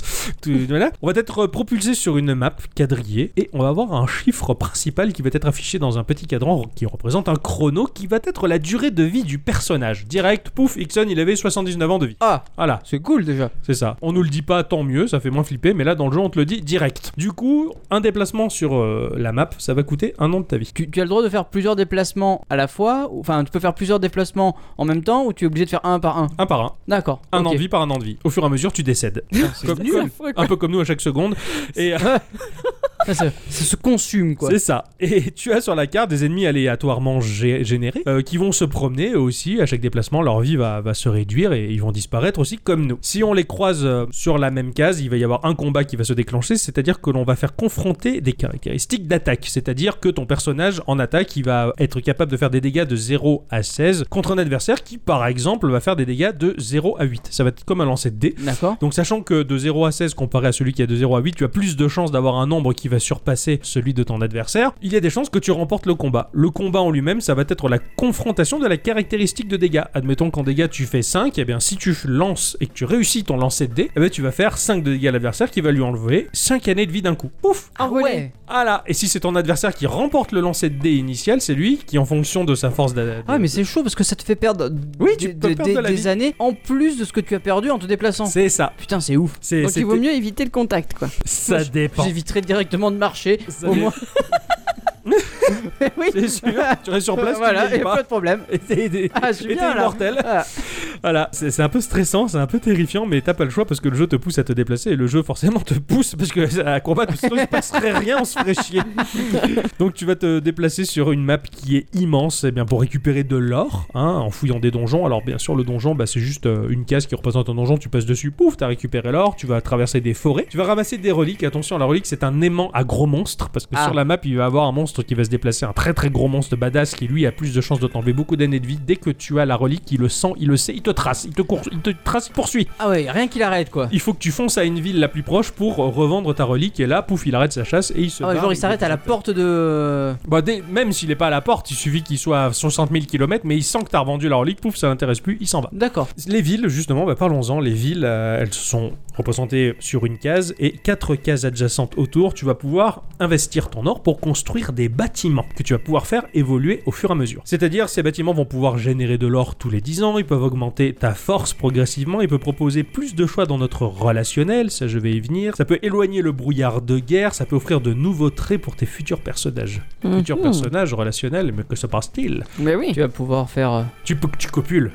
S2: Tout-
S3: *laughs*
S2: voilà. On va être propulsé sur une map quadrillée et on va avoir un chiffre principal qui va être affiché dans un petit cadran qui représente un chrono qui va être la durée de vie du personnage. Direct, pouf, Ixon, il avait 79 ans de vie.
S3: Ah,
S2: Voilà,
S3: c'est cool déjà.
S2: c'est ça. On nous le dit pas, tant mieux, ça fait moins flipper, mais là dans le jeu on te le dit direct. Du coup, un déplacement sur euh, la map, ça va coûter un an de ta vie.
S3: Tu, tu as le droit de faire plusieurs déplacements à la fois, ou- enfin tu peux faire plusieurs déplacements en même temps ou tu es obligé de faire un par un
S2: Un par un.
S3: D'accord.
S2: Un
S3: ok.
S2: an de vie par un an de vie. Au fur et à mesure, tu décèdes. Comme-
S1: nul,
S2: comme-
S1: affreux, quoi.
S2: un peu comme nous à chaque seconde. Et
S3: *laughs* Ça, ça- ça se consume quoi.
S2: C'est ça. Et tu as sur la carte des ennemis aléatoirement gé- générés euh, qui vont se promener eux aussi. À chaque déplacement, leur vie va, va se réduire et ils vont disparaître aussi comme nous. Si on les croise euh, sur la même case, il va y avoir un combat qui va se déclencher, c'est-à-dire que l'on va faire confronter des caractéristiques d'attaque. C'est-à-dire que ton personnage en attaque, il va être capable de faire des dégâts de 0 à 16 contre un adversaire qui, par exemple, va faire des dégâts de 0 à 8. Ça va être comme un lancer de dés.
S3: D'accord.
S2: Donc sachant que de 0 à 16 comparé à celui qui a de 0 à 8, tu as plus de chances d'avoir un nombre qui va surpasser celui de ton adversaire, il y a des chances que tu remportes le combat. Le combat en lui-même, ça va être la confrontation de la caractéristique de dégâts. Admettons qu'en dégâts tu fais 5, et bien si tu lances et que tu réussis ton lancer de dés, eh bien, tu vas faire 5 de dégâts à l'adversaire qui va lui enlever 5 années de vie d'un coup. Pouf
S1: Ah ouais.
S2: Ah là Et si c'est ton adversaire qui remporte le lancer de dés initial, c'est lui qui en fonction de sa force d'a-
S3: Ah mais c'est chaud parce que ça te fait perdre
S2: Oui,
S3: des-
S2: tu peux
S3: des-
S2: perdre de la
S3: des
S2: vie.
S3: années en plus de ce que tu as perdu en te déplaçant.
S2: C'est ça.
S3: Putain, c'est ouf.
S2: C'est,
S1: Donc il vaut
S2: c'était-
S1: mieux éviter le contact, quoi.
S2: Ça dépend.
S3: J'éviterai directement de marcher.
S2: Ça
S3: au
S2: dé-
S3: moins. Mais *laughs* oui.
S2: C'est sûr. Tu restes sur place, tu
S3: voilà,
S2: vieillis
S3: et
S2: pas.
S3: pas de problème.
S2: Et t'es- t'es-
S3: Ah, je suis
S2: et t'es
S3: bien, là.
S2: immortel.
S3: Ah,
S2: Voilà, c'est c'est un peu stressant, c'est un peu terrifiant, mais t'as pas le choix parce que le jeu te pousse à te déplacer et le jeu forcément te pousse parce que à combattre,
S3: *laughs*
S2: sinon il se passerait rien, on se ferait chier. Donc tu vas te déplacer sur une map qui est immense eh bien, pour récupérer de l'or hein, en fouillant des donjons. Alors bien sûr, le donjon, bah, c'est juste euh, une case qui représente un donjon, tu passes dessus, pouf, t'as récupéré l'or, tu vas traverser des forêts, tu vas ramasser des reliques. Attention, la relique c'est un aimant à gros monstres parce que
S3: Ah.
S2: sur la map il va y avoir un monstre qui va se déplacer, un très très gros monstre badass qui lui a plus de chances de t'enlever beaucoup d'années de vie. Dès que tu as la relique, il le sent, il le sait, il te trace, il te, cours, il te trace, il poursuit.
S3: Ah ouais, rien qu'il arrête quoi.
S2: Il faut que tu fonces à une ville la plus proche pour revendre ta relique et là, pouf, il arrête sa chasse et il se
S3: Ah ouais,
S2: barre,
S3: genre il s'arrête à la porte de. euh,
S2: bah, dès- même s'il est pas à la porte, il suffit qu'il soit à 60 000 km, mais il sent que t'as revendu la relique, pouf, ça l'intéresse plus, il s'en va.
S3: D'accord.
S2: Les villes, justement, bah, parlons-en. Les villes, euh, elles sont représentées sur une case et quatre cases adjacentes autour. Tu vas pouvoir investir ton or pour construire des bâtiments que tu vas pouvoir faire évoluer au fur et à mesure. C'est-à-dire, ces bâtiments vont pouvoir générer de l'or tous les 10 ans, ils peuvent augmenter ta force progressivement, ils peuvent proposer plus de choix dans notre relationnel, ça je vais y venir. Ça peut éloigner le brouillard de guerre, ça peut offrir de nouveaux traits pour tes futurs personnages. Futurs
S3: Mmh.
S2: personnages relationnels, mais que se passe-t-il
S1: Hmm. Mais oui.
S3: Tu vas pouvoir faire. euh,
S2: Tu peux que tu copules.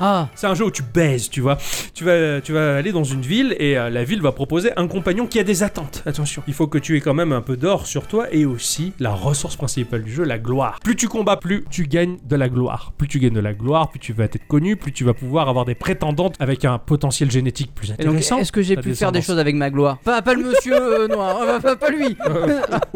S3: Ah
S2: C'est un jeu où tu baises, tu vois. Tu vas, tu vas aller dans une ville et euh, la ville va proposer un compagnon qui a des attentes. Attention, il faut que tu aies quand même un peu d'or sur toi et aussi la ressource principale du jeu, la gloire. Plus tu combats, plus tu gagnes de la gloire. Plus tu gagnes de la gloire, plus tu vas être connu, plus tu vas pouvoir avoir des prétendantes avec un potentiel génétique plus
S3: Et donc,
S2: intéressant.
S3: est-ce que j'ai
S2: ta
S3: pu faire des
S2: descendance.
S3: choses avec ma gloire pas, pas le
S2: *laughs*
S3: monsieur euh, noir, euh, pas, pas lui *laughs*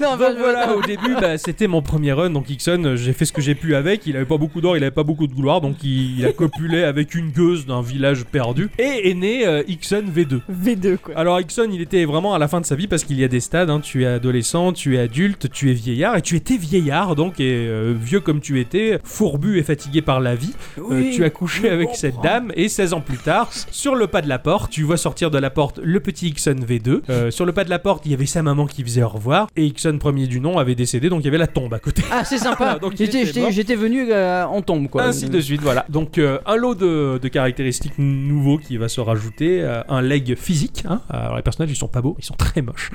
S3: Non, pas-
S2: Donc voilà, au début, bah, c'était mon premier run, donc Ixon, euh, j'ai fait ce que j'ai pu avec. Il avait pas beaucoup d'or, il avait pas beaucoup de gloire, donc il, il a copulé avec une gueuse d'un village perdu. Et est né euh, Ixon V2.
S1: V2, quoi.
S2: Alors Ixon, il était vraiment à la fin de sa vie parce qu'il y a des stades. hein. Tu es adolescent, tu es adulte, tu es vieillard et tu étais vieillard donc et euh, vieux comme tu étais, fourbu et fatigué par la vie. euh,
S3: Oui.
S2: tu as couché avec cette dame et 16 ans plus tard, sur le pas de la porte, tu vois sortir de la porte le petit Ixon V2. Euh, sur le pas de la porte, il y avait sa maman qui faisait au revoir et Ixon premier du nom avait décédé donc il y avait la tombe à côté.
S3: Ah, c'est sympa
S2: *laughs* Donc, il
S3: J'étais-
S2: était mort.
S3: J'étais j'étais venu euh, en tombe quoi.
S2: Ainsi de suite, voilà. Donc euh, un lot de, de caractéristiques nouveaux qui va se rajouter, euh, un leg physique. hein. Alors les personnages ils sont pas beaux, ils sont très moches.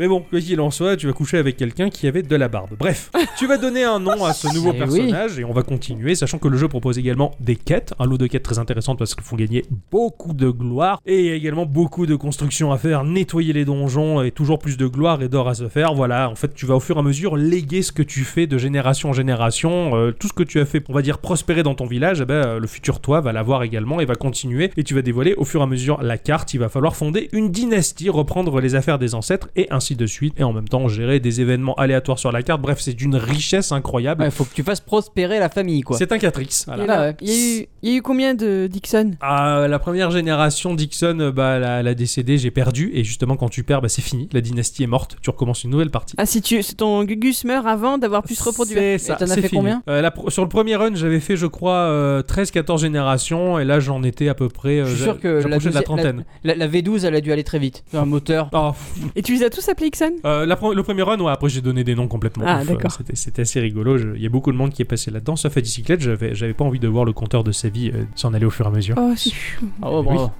S2: Mais bon, quoi qu'il en soit, tu vas coucher avec quelqu'un qui avait de la barbe. Bref, tu vas donner un nom à ce nouveau
S3: Eh oui.
S2: personnage et on va continuer, sachant que le jeu propose également des quêtes, un lot de quêtes très intéressantes parce qu'ils font gagner beaucoup de gloire et il y a également beaucoup de constructions à faire, nettoyer les donjons et toujours plus de gloire et d'or à se faire. Voilà, en fait, tu vas au fur et à mesure léguer ce que tu fais de génération en génération, euh, tout ce que tu as fait, on va dire prospérer dans ton village, eh ben, euh, le futur toi va l'avoir également et va continuer. Et tu vas dévoiler au fur et à mesure la carte. Il va falloir fonder une dynastie, reprendre les affaires des ancêtres et ainsi de suite. Et en même temps, gérer des événements aléatoires sur la carte. Bref, c'est d'une richesse incroyable.
S3: Ouais, faut que tu fasses prospérer la famille, quoi.
S2: C'est euh, un Catrix. voilà.
S1: Et là,
S3: Ah ouais.
S1: Il y, a eu- il y a eu combien de Dixon
S2: Ah, la première génération Dixon, euh, bah, la, la décédée, j'ai perdu. Et justement, quand tu perds, bah, c'est fini. La dynastie est morte. Tu recommences une nouvelle partie.
S1: Ah, si tu, si ton Gugus meurt avant d'avoir pu se reproduire.
S2: C'est ça.
S3: Et t'en as
S2: c'est
S3: fait
S2: fini.
S3: combien
S2: Euh, la pro- Sur le premier run, j'avais fait, je crois, 13-14 générations. Et là, j'en étais à peu près. euh,
S3: Je suis
S2: j'a-
S3: sûr que la,
S2: j'approchais de la
S3: deuxième-
S2: trentaine.
S3: la- la V12, elle a dû aller très vite. Un moteur.
S2: Ah, pff,
S1: Et tu les as tous appelés Ixon
S2: euh, la pre- le premier run, ouais, après j'ai donné des noms complètement.
S1: Ah,
S2: ouf,
S1: d'accord.
S2: euh, C'était, c'était assez rigolo. je- Il y a beaucoup de monde qui est passé là-dedans. Sauf à bicyclette, j'avais, j'avais pas envie de voir le compteur de sa vie euh, s'en aller au fur et à mesure.
S1: Oh, c'est chou.
S3: Ah ouais, bravo.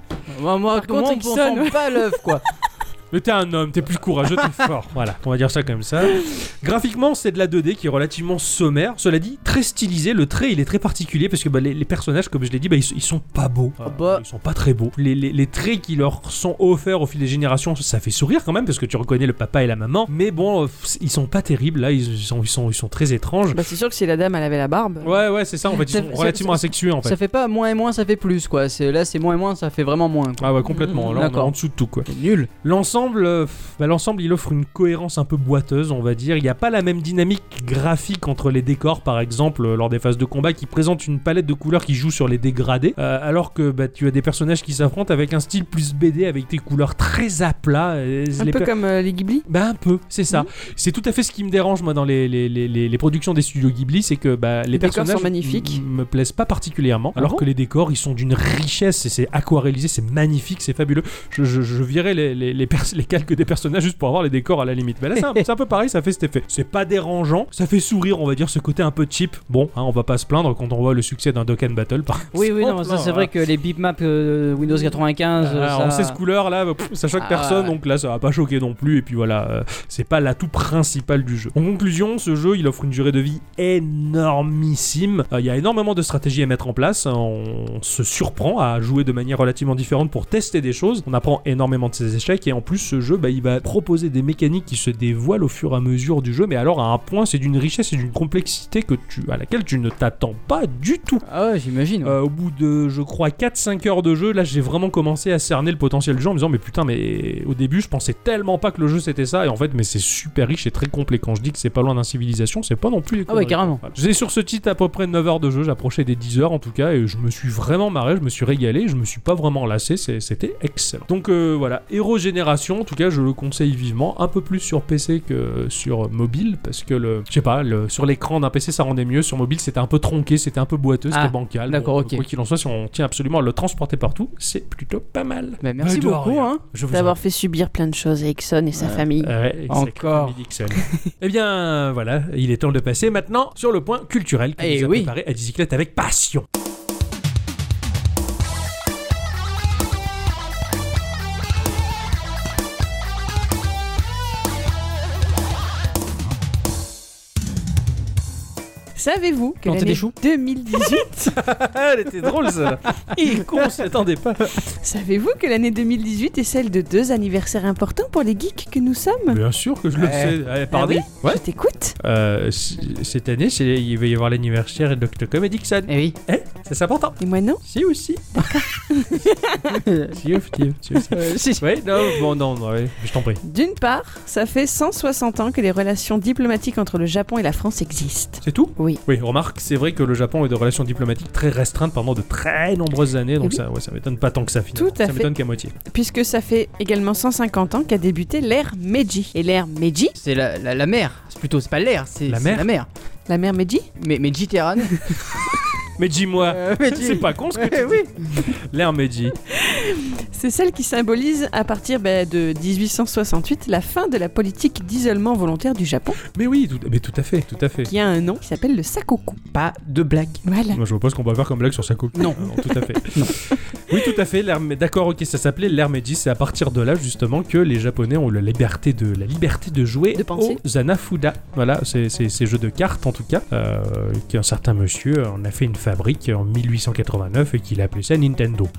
S3: Moi, moi,
S1: Par
S3: comment
S1: contre,
S3: on
S1: Ixon,
S3: sent
S1: ouais.
S3: pas l'œuf,
S2: *laughs*
S3: quoi.
S2: Mais t'es un homme, t'es plus courageux, t'es fort. Voilà, on va dire ça comme ça. Graphiquement, c'est de la 2D qui est relativement sommaire. Cela dit, très stylisé. Le trait, il est très particulier parce que bah, les, les personnages, comme je l'ai dit, bah, ils, sont- ils sont pas beaux.
S3: Ah bah.
S2: Ils sont pas très beaux. Les, les- les traits qui leur sont offerts au fil des générations, ça fait sourire quand même parce que tu reconnais le papa et la maman. Mais bon, euh, ils sont pas terribles. Là, ils, ils sont, ils, sont, ils sont très étranges.
S1: Bah, c'est sûr que si la dame, elle avait la barbe.
S2: Ouais, ouais, c'est ça. En fait, ils
S3: Ça-
S2: sont
S3: ça-
S2: relativement
S3: ça-
S2: asexués en fait.
S3: Ça fait pas moins et moins, ça fait plus, quoi. C'est- Là, c'est moins et moins, ça fait vraiment moins, quoi.
S2: Ah ouais, complètement.
S1: Mhm,
S2: Là, on est
S3: d'accord.
S2: en dessous de tout quoi.
S3: C'est nul.
S2: L'ensemble, euh, pff, bah, l'ensemble, il offre une cohérence un peu boiteuse, on va dire. Il n'y a pas la même dynamique graphique entre les décors, par exemple, euh, lors des phases de combat, qui présentent une palette de couleurs qui joue sur les dégradés, euh, alors que bah, tu as des personnages qui s'affrontent avec un style plus BD, avec des couleurs très à plat. euh,
S1: Un
S2: les
S1: peu
S2: per-
S1: comme euh, les Ghibli.
S2: bah un peu, c'est ça.
S1: Mhm.
S2: C'est tout à fait ce qui me dérange moi dans les, les, les, les- les productions des studios Ghibli, c'est que bah, les,
S1: Les décors
S2: personnages
S1: sont magnifiques.
S2: m- me plaisent pas particulièrement,
S3: Ah
S2: alors
S3: bon
S2: que les décors ils sont d'une richesse, et c'est aquarellisé, c'est magnifique, c'est fabuleux. Je, je, je virais les, les, les, pers- les calques des personnages juste pour avoir les décors à la limite. Mais là c'est un, c'est un peu pareil, ça fait cet effet. C'est pas dérangeant, ça fait sourire, on va dire ce côté un peu cheap. Bon, hein, on va pas se plaindre quand on voit le succès d'un Dokkan Battle par
S3: Oui, oui, non,
S2: exemple,
S3: ça, c'est
S2: hein.
S3: vrai que les bitmaps euh, Windows 95, euh,
S2: Ah,
S3: ça...
S2: On sait ce couleur là, pff, ça choque
S3: Ah,
S2: personne,
S3: ouais.
S2: donc là ça va pas choquer non plus. Et puis voilà, euh, c'est pas l'atout principal du jeu. En conclusion, ce jeu il offre une durée de vie énormissime. Euh, Il y a énormément de stratégies à mettre en place. hein. On se surprend à jouer de manière relativement différente pour tester des choses. On apprend énormément de ses échecs et en plus ce jeu bah, il va proposer des mécaniques qui se dévoilent au fur et à mesure du jeu. Mais alors à un point, c'est d'une richesse et d'une complexité que tu, à laquelle tu ne t'attends pas du tout.
S3: Ah ouais, j'imagine. ouais.
S2: Euh, au bout de, je crois, 4-5 heures de jeu, là j'ai vraiment commencé à cerner le potentiel du jeu en me disant, mais putain, mais au début je pensais tellement pas que le jeu c'était ça, et en fait, mais c'est super riche et très complet. Quand je dis que c'est pas loin d'un civilisation, c'est pas non plus les
S3: Ah ouais,
S2: conneries,
S3: carrément.
S2: quoi. Voilà. J'ai sur ce titre à peu près 9 heures de jeu, j'approchais des 10 heures en tout cas, et je me suis vraiment marré, je me suis régalé, je me suis pas vraiment lassé, c'est- c'était excellent. Donc euh, voilà, Hero Génération, en tout cas, je le conseille vivement, un peu plus sur PC que sur mobile, parce que le, je sais pas, le, sur l'écran d'un PC ça rendait mieux, sur mobile c'était un peu tronqué, c'était un peu boiteux, c'était
S3: Ah.
S2: bancal.
S3: D'accord, ok.
S2: Quoi qu'il en soit, si on tient absolument à le transporter partout, c'est plutôt pas mal.
S3: Bah, merci
S2: Mais de
S3: beaucoup,
S2: rien.
S3: hein.
S2: Je vous
S1: D'avoir fait subir plein de choses à Ixon et sa famille.
S2: Ah Ouais, Euh, exact.
S3: Encore.
S2: Tommy Dixon. *laughs* eh bien, voilà, il est temps de passer maintenant sur le point culturel que
S3: Eh
S2: nous a
S3: oui.
S2: préparé à bicyclette avec passion.
S1: Savez-vous que
S3: Planter des
S1: l'année
S3: choux
S1: 2018
S2: Elle était drôle, *laughs* ça Et qu'on s'attendait pas
S1: Savez-vous que l'année 2018 est celle de deux anniversaires importants pour les geeks que nous sommes
S2: Bien sûr que je le
S3: Eh.
S2: sais. Allez, pardon.
S1: oui
S2: Ouais.
S1: Je t'écoute
S2: Euh, c- cette année, c'est- il va y avoir l'anniversaire de Octocom et Dixon.
S3: Eh oui.
S2: Eh, ça, c'est important.
S1: Et moi non
S2: Si aussi. si aussi. Si aussi.
S3: Euh, si, si.
S2: Ouais, non, bon, non, non, ouais, je t'en prie.
S1: D'une part, ça fait 160 ans que les relations diplomatiques entre le Japon et la France existent.
S2: C'est tout
S1: Oui.
S2: Oui, remarque, c'est vrai que le Japon a eu des relations diplomatiques très restreintes pendant de très nombreuses années, donc
S1: Oui.
S2: ça, ouais, ça m'étonne pas tant que ça finalement.
S1: Tout à
S2: ça
S1: fait.
S2: m'étonne qu'à moitié.
S1: Puisque ça fait également 150 ans qu'a débuté l'ère Meiji. Et l'ère Meiji,
S3: C'est la, la, la mer. C'est plutôt, c'est pas l'air, c'est
S2: La
S3: c'est
S2: mer
S3: la mer.
S1: la mer Meiji,
S3: Mais,
S2: *laughs*
S3: mais Jiterane.
S2: Mais dis-moi,
S3: euh, mais dis-
S2: c'est pas con ce que
S1: *laughs*
S3: Eh
S2: tu
S3: oui.
S2: dis. L'air Meiji.
S1: c'est celle qui symbolise à partir ben, de 1868 la fin de la politique d'isolement volontaire du Japon,
S2: *laughs* Mais oui, tout, mais tout à fait, tout à fait.
S1: qui a un nom qui s'appelle le Sakoku.
S3: Pas de blague.
S1: Voilà.
S2: Moi, je vois pas ce qu'on va faire comme blague sur sa coupe.
S1: *laughs*
S3: Non.
S2: tout à fait. Oui, tout à fait. l'ère- mais D'accord, ok, ça s'appelait l'ère Meiji. C'est à partir de là justement que les Japonais ont la liberté de la liberté de jouer
S1: De penser.
S2: aux Anafuda. Voilà, c'est c'est- ces jeux de cartes en tout cas, euh, qu'un certain monsieur en a fait une fabrique en 1889 et qu'il a appelé ça Nintendo.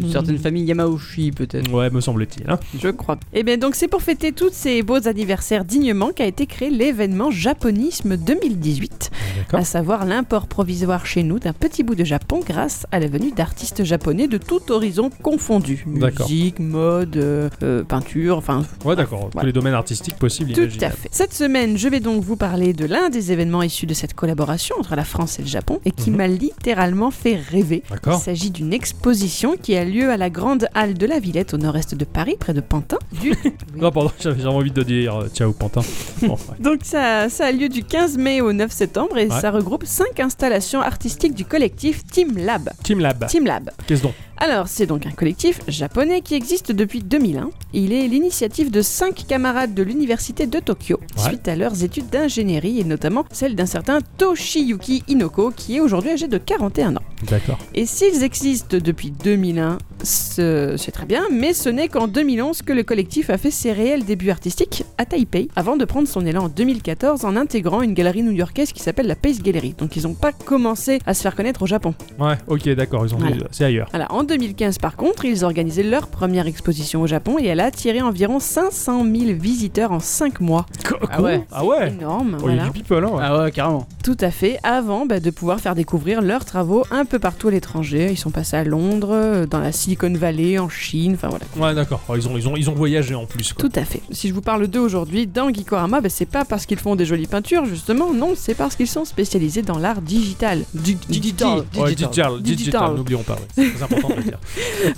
S3: Une certaine famille Yamauchi, peut-être.
S2: Ouais, me semble-t-il. hein.
S1: Je crois. Et Eh bien donc c'est pour fêter tous ces beaux anniversaires dignement qu'a été créé l'événement Japonisme 2018,
S2: D'accord.
S1: à savoir l'import provisoire chez nous d'un petit bout de Japon grâce à la venue d'artistes japonais de tout horizon confondu.
S2: D'accord.
S1: Musique, mode, euh, euh, peinture, enfin
S2: Ouais, d'accord. Tous
S1: Ouais.
S2: les domaines artistiques possibles.
S1: tout à
S2: imaginables.
S1: fait. Cette semaine, je vais donc vous parler de l'un des événements issus de cette collaboration entre la France et le Japon et qui
S2: Mhm.
S1: m'a littéralement fait rêver. Il
S2: D'accord.
S1: s'agit d'une exposition qui a lieu à la grande halle de la Villette au nord-est de Paris, près de Pantin. Du... Oui.
S2: Non, pardon, *laughs* j'avais j'avais envie de dire euh, ciao Pantin. Bon, ouais.
S1: *laughs* *laughs* Donc ça, ça a lieu du 15 mai au 9 septembre et
S2: Ouais.
S1: ça regroupe 5 installations artistiques du collectif Team Lab.
S2: Team Lab.
S1: Team Lab.
S2: Qu'est-ce donc
S1: Alors c'est donc un collectif japonais qui existe depuis 2001. Il est l'initiative de 5 camarades de l'université de Tokyo
S2: Ouais.
S1: suite à leurs études d'ingénierie et notamment celle d'un certain Toshiyuki Inoko qui est aujourd'hui âgé de 41 ans.
S2: D'accord.
S1: Et s'ils existent depuis 2001, ce- c'est très bien, mais ce n'est qu'en 2011 que le collectif a fait ses réels débuts artistiques à Taipei, avant de prendre son élan en 2014 en intégrant une galerie new-yorkaise qui s'appelle la Pace Gallery. Donc ils n'ont pas commencé à se faire connaître au Japon.
S2: Ouais, ok, d'accord. Ils ont
S1: Voilà.
S2: dit, euh, c'est ailleurs.
S1: Voilà, en 2015 par contre, ils organisaient leur première exposition au Japon et elle a attiré environ 500 000 visiteurs en 5 mois.
S3: Ah ouais.
S2: Ah ouais.
S1: Énorme,
S2: Oh, il y a
S1: voilà.
S2: du people, hein, ouais.
S3: Ah ouais, carrément.
S1: Tout à fait, avant bah, de pouvoir faire découvrir leurs travaux un peu partout à l'étranger. Ils sont passés à Londres, euh, dans la Silicon Valley, en Chine, enfin voilà.
S2: Ouais, d'accord. Oh, Ils ont, ils, ont, ils ont voyagé en plus. Quoi.
S1: Tout à fait. Si je vous parle d'eux aujourd'hui, dans Gikorama, bah, c'est pas parce qu'ils font des jolies peintures, justement, non, c'est parce qu'ils sont spécialisés dans l'art digital.
S3: Digital.
S2: Ouais, digital, digital,
S1: Digital.
S2: n'oublions pas, ouais. c'est très important de le dire.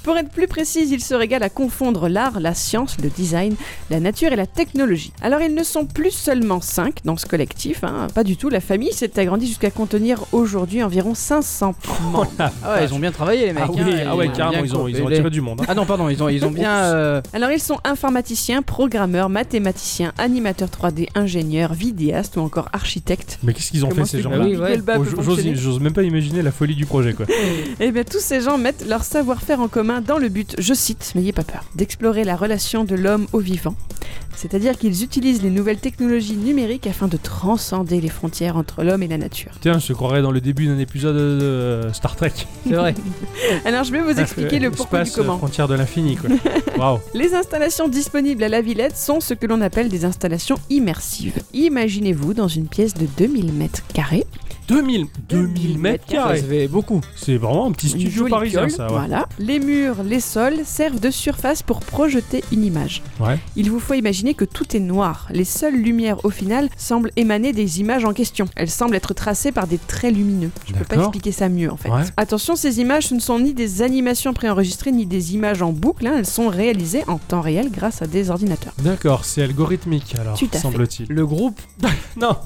S1: Pour être plus précise, ils se régalent à confondre l'art, la science, le design, la nature et la technologie. Alors ils ne sont plus seulement 5 dans ce collectif, hein, pas du tout. La famille s'est agrandie jusqu'à contenir aujourd'hui environ 500 membres.
S2: Oh.
S3: Ah ouais, ils ont bien travaillé, les mecs.
S2: ah, oui,
S3: hein,
S2: ah ouais,
S3: bien
S2: carrément, ils ont, ils ont
S3: coopéré.
S2: attiré du monde. hein.
S3: Ah non, pardon, ils ont, ils ont bien. euh,
S1: Alors ils sont informaticiens, programmeurs, mathématiciens, animateurs 3D, ingénieurs, vidéastes ou encore architectes.
S2: Mais qu'est-ce qu'ils ont
S1: Comment
S2: fait ces
S1: c'est Ah bah,
S2: gens-là
S3: oui,
S1: compliqué
S3: ouais.
S1: le bas
S2: Oh,
S1: peut
S2: j'ose-
S1: fonctionner
S2: J'ose j'ose même pas imaginer la folie du projet quoi.
S1: Eh bien, tous ces gens mettent leur savoir-faire en commun dans le but, je cite, n'ayez pas peur, d'explorer la relation de l'homme au vivant. C'est-à-dire qu'ils utilisent les nouvelles technologies numériques afin de transcender les frontières entre l'homme et la nature.
S2: Tiens, je croirais dans le début d'un épisode de de Star Trek.
S3: C'est vrai.
S1: Alors, je vais vous expliquer le pourquoi du
S2: L'espace, Ah, euh,
S1: comment.
S2: frontière de l'infini quoi. Waouh.
S1: Les installations disponibles à la Villette sont ce que l'on appelle des installations immersives. Imaginez-vous dans une pièce de 2000 mètres carrés,
S2: 2000 2000
S1: 2000
S2: mètres
S1: mètres
S3: Ça
S2: carrés.
S3: se fait beaucoup.
S2: C'est vraiment un petit
S1: une
S2: studio
S1: jolie
S2: parisien
S1: piole,
S2: ça. Ouais.
S1: voilà. Les murs, les sols servent de surface pour projeter une image.
S2: Ouais.
S1: Il vous faut imaginer que tout est noir. Les seules lumières au final semblent émaner des images en question. Elles semblent être tracées par des traits lumineux. Je peux pas
S2: D'accord.
S1: expliquer ça mieux en fait.
S2: Ouais.
S1: Attention, ces images ce ne sont ni des animations préenregistrées ni des images en boucle. hein. Elles sont réalisées en temps réel grâce à des ordinateurs.
S2: D'accord, c'est algorithmique alors,
S1: Tout à fait.
S2: semble-t-il.
S3: Le groupe
S2: *laughs*
S3: *laughs*
S2: Non,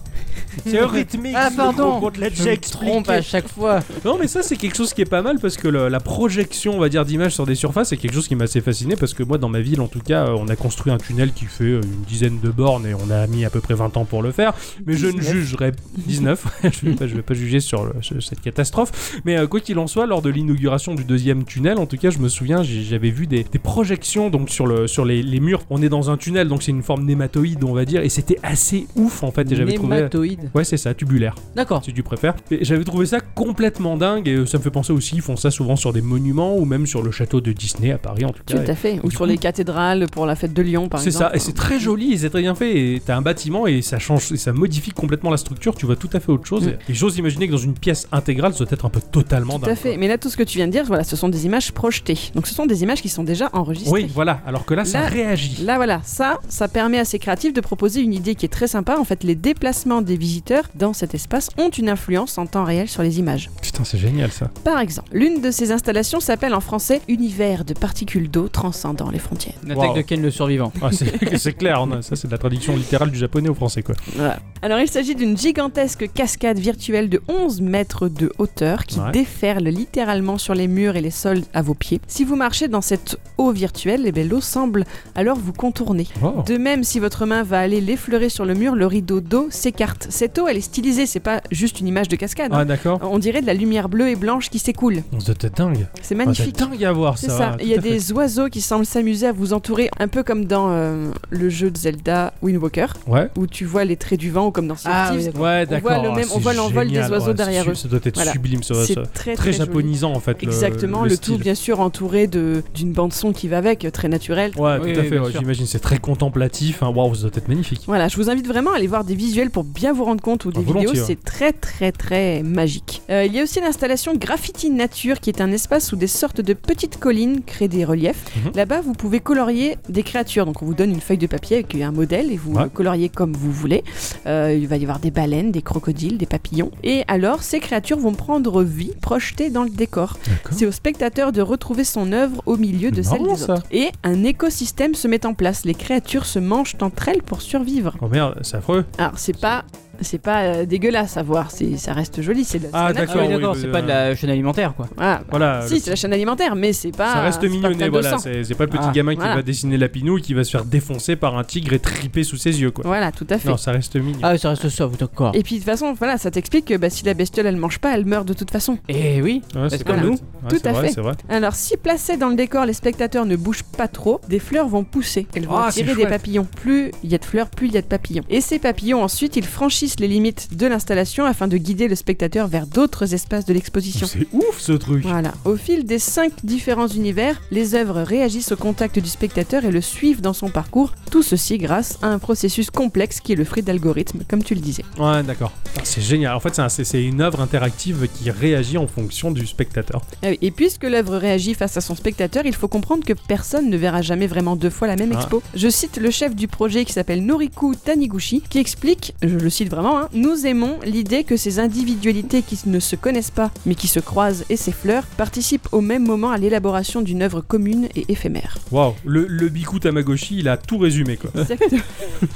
S2: c'est rythmique.
S3: Ah, pardon.
S2: Contre la
S3: je me trompe à chaque fois.
S2: Non mais ça c'est quelque chose qui est pas mal parce que le- la projection on va dire d'images sur des surfaces c'est quelque chose qui m'a assez fasciné parce que moi dans ma ville en tout cas euh, on a construit un tunnel qui fait euh, une dizaine de bornes et on a mis à peu près 20 ans pour le faire mais je ne
S3: 19.
S2: jugerai 19 *laughs* je vais pas je vais pas juger sur le- ce- cette catastrophe mais euh, quoi qu'il en soit lors de l'inauguration du deuxième tunnel en tout cas je me souviens j'ai- j'avais vu des, des projections donc sur le sur les, les murs on est dans un tunnel donc c'est une forme nématoïde on va dire et c'était assez ouf en fait et j'avais trouvé
S3: Nématoïde.
S2: ouais c'est ça tubulaire
S3: D'accord.
S2: si tu préfères. Et j'avais trouvé ça complètement dingue et euh, ça me fait penser aussi, ils font ça souvent sur des monuments ou même sur le château de Disney à Paris en tout cas.
S1: Tout à fait. Ou
S2: du
S1: sur
S2: coup-
S1: les cathédrales pour la fête de Lyon par
S2: C'est
S1: exemple.
S2: ça, et c'est très joli, et c'est très bien fait, et t'as un bâtiment et ça change, et ça modifie complètement la structure, tu vois tout à fait autre chose,
S1: Mm.
S2: et, et j'ose imaginer que dans une pièce intégrale, ça doit être un peu totalement
S1: Tout
S2: dingue,
S1: à fait.
S2: quoi.
S1: Mais là, tout ce que tu viens de dire, voilà, ce sont des images projetées. Donc, ce sont des images qui sont déjà enregistrées.
S2: Oui, voilà, alors que là, ça
S1: Là-
S2: réagit.
S1: Là voilà, ça, ça permet à ces créatifs de proposer une idée qui est très sympa. En fait, les déplacements des visiteurs dans cet espace ont une influence en temps réel sur les images.
S2: Putain, c'est génial ça.
S1: Par exemple, l'une de ces installations s'appelle en français Univers de particules d'eau transcendant les frontières.
S3: Une attaque
S2: Wow.
S3: de Ken le survivant.
S2: *laughs* Ah, c'est *laughs* c'est clair, on a- ça c'est de la traduction littérale du japonais au français quoi.
S1: Voilà. Alors il s'agit d'une gigantesque cascade virtuelle de 11 mètres de hauteur qui
S2: Ouais.
S1: déferle littéralement sur les murs et les sols à vos pieds. Si vous marchez dans cette eau virtuelle, eh bien, l'eau semble alors vous contourner.
S2: Oh.
S1: De même, si votre main va aller l'effleurer sur le mur, le rideau d'eau s'écarte, cette eau, elle est stylisée, c'est pas juste une image de cascade.
S2: Ah,
S1: hein.
S2: d'accord.
S1: On dirait de la lumière bleue et blanche qui s'écoule.
S2: C'était Oh, dingue.
S1: C'est
S2: Ah, C'est
S1: magnifique.
S2: dingue à voir
S1: C'est
S2: ça.
S1: ça.
S2: tout
S1: Il y a
S2: à fait.
S1: des oiseaux qui semblent s'amuser à vous entourer, un peu comme dans euh, le jeu de Zelda Wind Walker,
S2: Ouais.
S1: où tu vois les traits du vent, ou comme dans Sea of
S3: Ah, oui,
S1: Thieves.
S3: d'accord.
S2: Ouais,
S1: On voit
S2: d'accord.
S1: le
S2: Ah,
S1: même- on
S2: c'est
S1: voit l'envol des
S2: génial.
S1: oiseaux
S2: Ouais,
S1: derrière
S2: c'est-
S1: eux.
S2: Ça doit être
S1: Voilà.
S2: sublime, ça.
S1: c'est
S2: ça- Très
S1: très, très joli.
S2: japonisant en fait. le-
S1: Exactement, le, tout
S2: style.
S1: bien sûr entouré de d'une bande son qui va avec, très naturelle.
S2: Ouais,
S3: Oui,
S2: tout à
S3: oui,
S2: fait.
S3: bien
S2: ouais,
S3: sûr.
S2: J'imagine c'est très contemplatif. hein. Waouh, ça doit être magnifique.
S1: Voilà, je vous invite vraiment à aller voir des visuels pour bien vous rendre compte ou des
S2: Ah, volontiers,
S1: vidéos,
S2: ouais.
S1: c'est très très très magique. Euh, il y a aussi l'installation Graffiti Nature qui est un espace où des sortes de petites collines créent des reliefs.
S2: Mhm.
S1: Là-bas, vous pouvez colorier des créatures. Donc on vous donne une feuille de papier avec un modèle et vous
S2: Ouais.
S1: le coloriez comme vous voulez. Euh, il va y avoir des baleines, des crocodiles, des papillons. Et alors, ces créatures vont prendre vie, projetées dans le décor.
S2: D'accord.
S1: C'est au spectateur de retrouver son œuvre au milieu
S2: Ah.
S1: de
S2: C'est
S1: celle
S2: marrant,
S1: des
S2: ça.
S1: autres. Et un écosystème se met en place. Les créatures se mangent entre elles pour survivre.
S2: Oh merde, c'est affreux.
S1: Alors c'est pas c'est pas euh, dégueulasse à voir, c'est ça reste joli, c'est de la
S2: Ah,
S1: c'est la
S3: Ah
S1: nature.
S2: oui,
S3: oui, d'accord,
S2: oui, euh.
S3: c'est
S2: oui,
S3: pas de la chaîne alimentaire quoi.
S1: Ah,
S2: Voilà.
S1: si
S2: le-
S1: c'est la chaîne alimentaire, mais c'est pas
S2: Ça reste
S1: c'est pas plein
S2: mignonné,
S1: de
S2: voilà.
S1: sang.
S2: C'est c'est pas le petit
S3: Ah,
S2: gamin qui
S1: voilà.
S2: va dessiner la pinou et qui va se faire défoncer par un tigre et triper sous ses yeux, quoi.
S1: Voilà, tout à fait.
S2: Non, ça reste mignon.
S3: Ah, ça reste ça, vous d'accord.
S1: Et puis de toute façon, voilà, ça t'explique que bah, si la bestiole elle mange pas, elle meurt de toute façon.
S3: Eh oui,
S2: Ouais,
S3: c'est
S2: c'est
S3: comme
S2: pas
S3: nous.
S2: bête. Ouais,
S1: Tout
S2: c'est
S1: à
S2: vrai,
S1: fait.
S2: C'est vrai.
S1: Alors si placées dans le décor, les spectateurs ne bougent pas trop, des fleurs vont pousser. Elles vont
S2: Ah, c'est
S1: attirer des
S2: chouette.
S1: papillons. Plus il y a de fleurs, plus il y a de papillons. Et ces papillons ensuite, ils franchissent les limites de l'installation afin de guider le spectateur vers d'autres espaces de l'exposition.
S2: C'est ouf ce truc.
S1: Voilà. Au fil des cinq différents univers, les œuvres réagissent au contact du spectateur et le suivent dans son parcours. Tout ceci grâce à un processus complexe qui est le fruit d'algorithmes, comme tu le disais.
S2: Ouais, d'accord. Ah, C'est génial. En fait, c'est un- c'est- c'est une œuvre interactive qui réagit en fonction du spectateur.
S1: Ah oui, Et puisque l'œuvre réagit face à son spectateur, il faut comprendre que personne ne verra jamais vraiment deux fois la même
S2: Ah.
S1: expo. Je cite le chef du projet qui s'appelle Noriku Taniguchi, qui explique, je le cite vraiment, hein, nous aimons l'idée que ces individualités qui ne se connaissent pas, mais qui se croisent et s'effleurent, participent au même moment à l'élaboration d'une œuvre commune et éphémère.
S2: Waouh. Euh, Le, le Biku Tamagoshi, il a tout résumé, quoi.
S1: Exactement.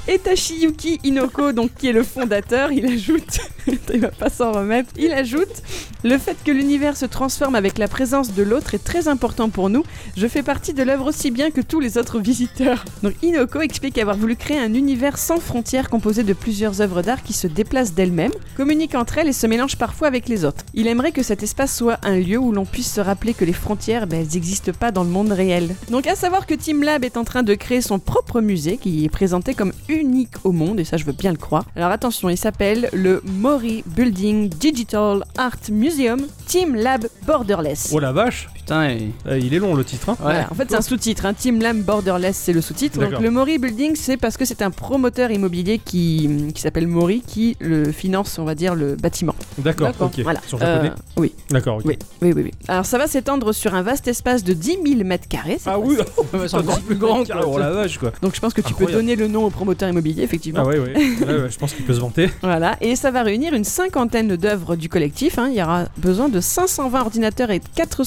S1: Et Tachiyuki Inoko, donc qui est le fondateur, il ajoute, *laughs* il va pas s'en remettre, il ajoute le fait que l'univers se transforme avec la présence de l'autre est très important pour nous. Je fais partie de l'œuvre aussi bien que tous les autres visiteurs. Donc Inoko explique avoir voulu créer un univers sans frontières composé de plusieurs œuvres d'art qui se déplacent d'elles-mêmes, communiquent entre elles et se mélangent parfois avec les autres. Il aimerait que cet espace soit un lieu où l'on puisse se rappeler que les frontières, ben, elles n'existent pas dans le monde réel. Donc à savoir que Team Lab est en train de créer son propre musée qui est présenté comme unique au monde, et ça je veux bien le croire. Alors attention, il s'appelle le Mori Building Digital Art Museum Team Lab Borderless.
S2: Oh la vache.
S3: putain, *laughs* et...
S2: Euh, Il est long le titre. hein.
S1: Voilà,
S3: voilà.
S1: en fait, c'est un sous-titre. hein. Team Lam Borderless, c'est le sous-titre. Donc,
S2: D'accord.
S1: le Mori Building, c'est parce que c'est un promoteur immobilier qui, qui s'appelle Mori qui le finance, on va dire, le bâtiment.
S2: D'accord. Ok.
S1: Voilà.
S2: Sur japonais.
S1: Euh, oui,
S2: D'accord. ok.
S1: oui, oui, oui, oui. Alors, ça va s'étendre sur un vaste espace de 10 000 mètres carrés. cette
S2: Ah
S1: fois-ci.
S2: oui. *laughs*
S3: Ouais, c'est encore
S2: Putain,
S3: plus grand quoi.
S2: Oh la vache, quoi.
S1: Donc, je pense que tu peux
S2: Incroyable.
S1: donner le nom au promoteur immobilier, effectivement.
S2: Ah ouais, ouais. Ouais, ouais, je pense qu'il peut se vanter.
S1: Voilà, et ça va réunir une cinquantaine d'œuvres du collectif. hein. Il y aura besoin de 520 ordinateurs et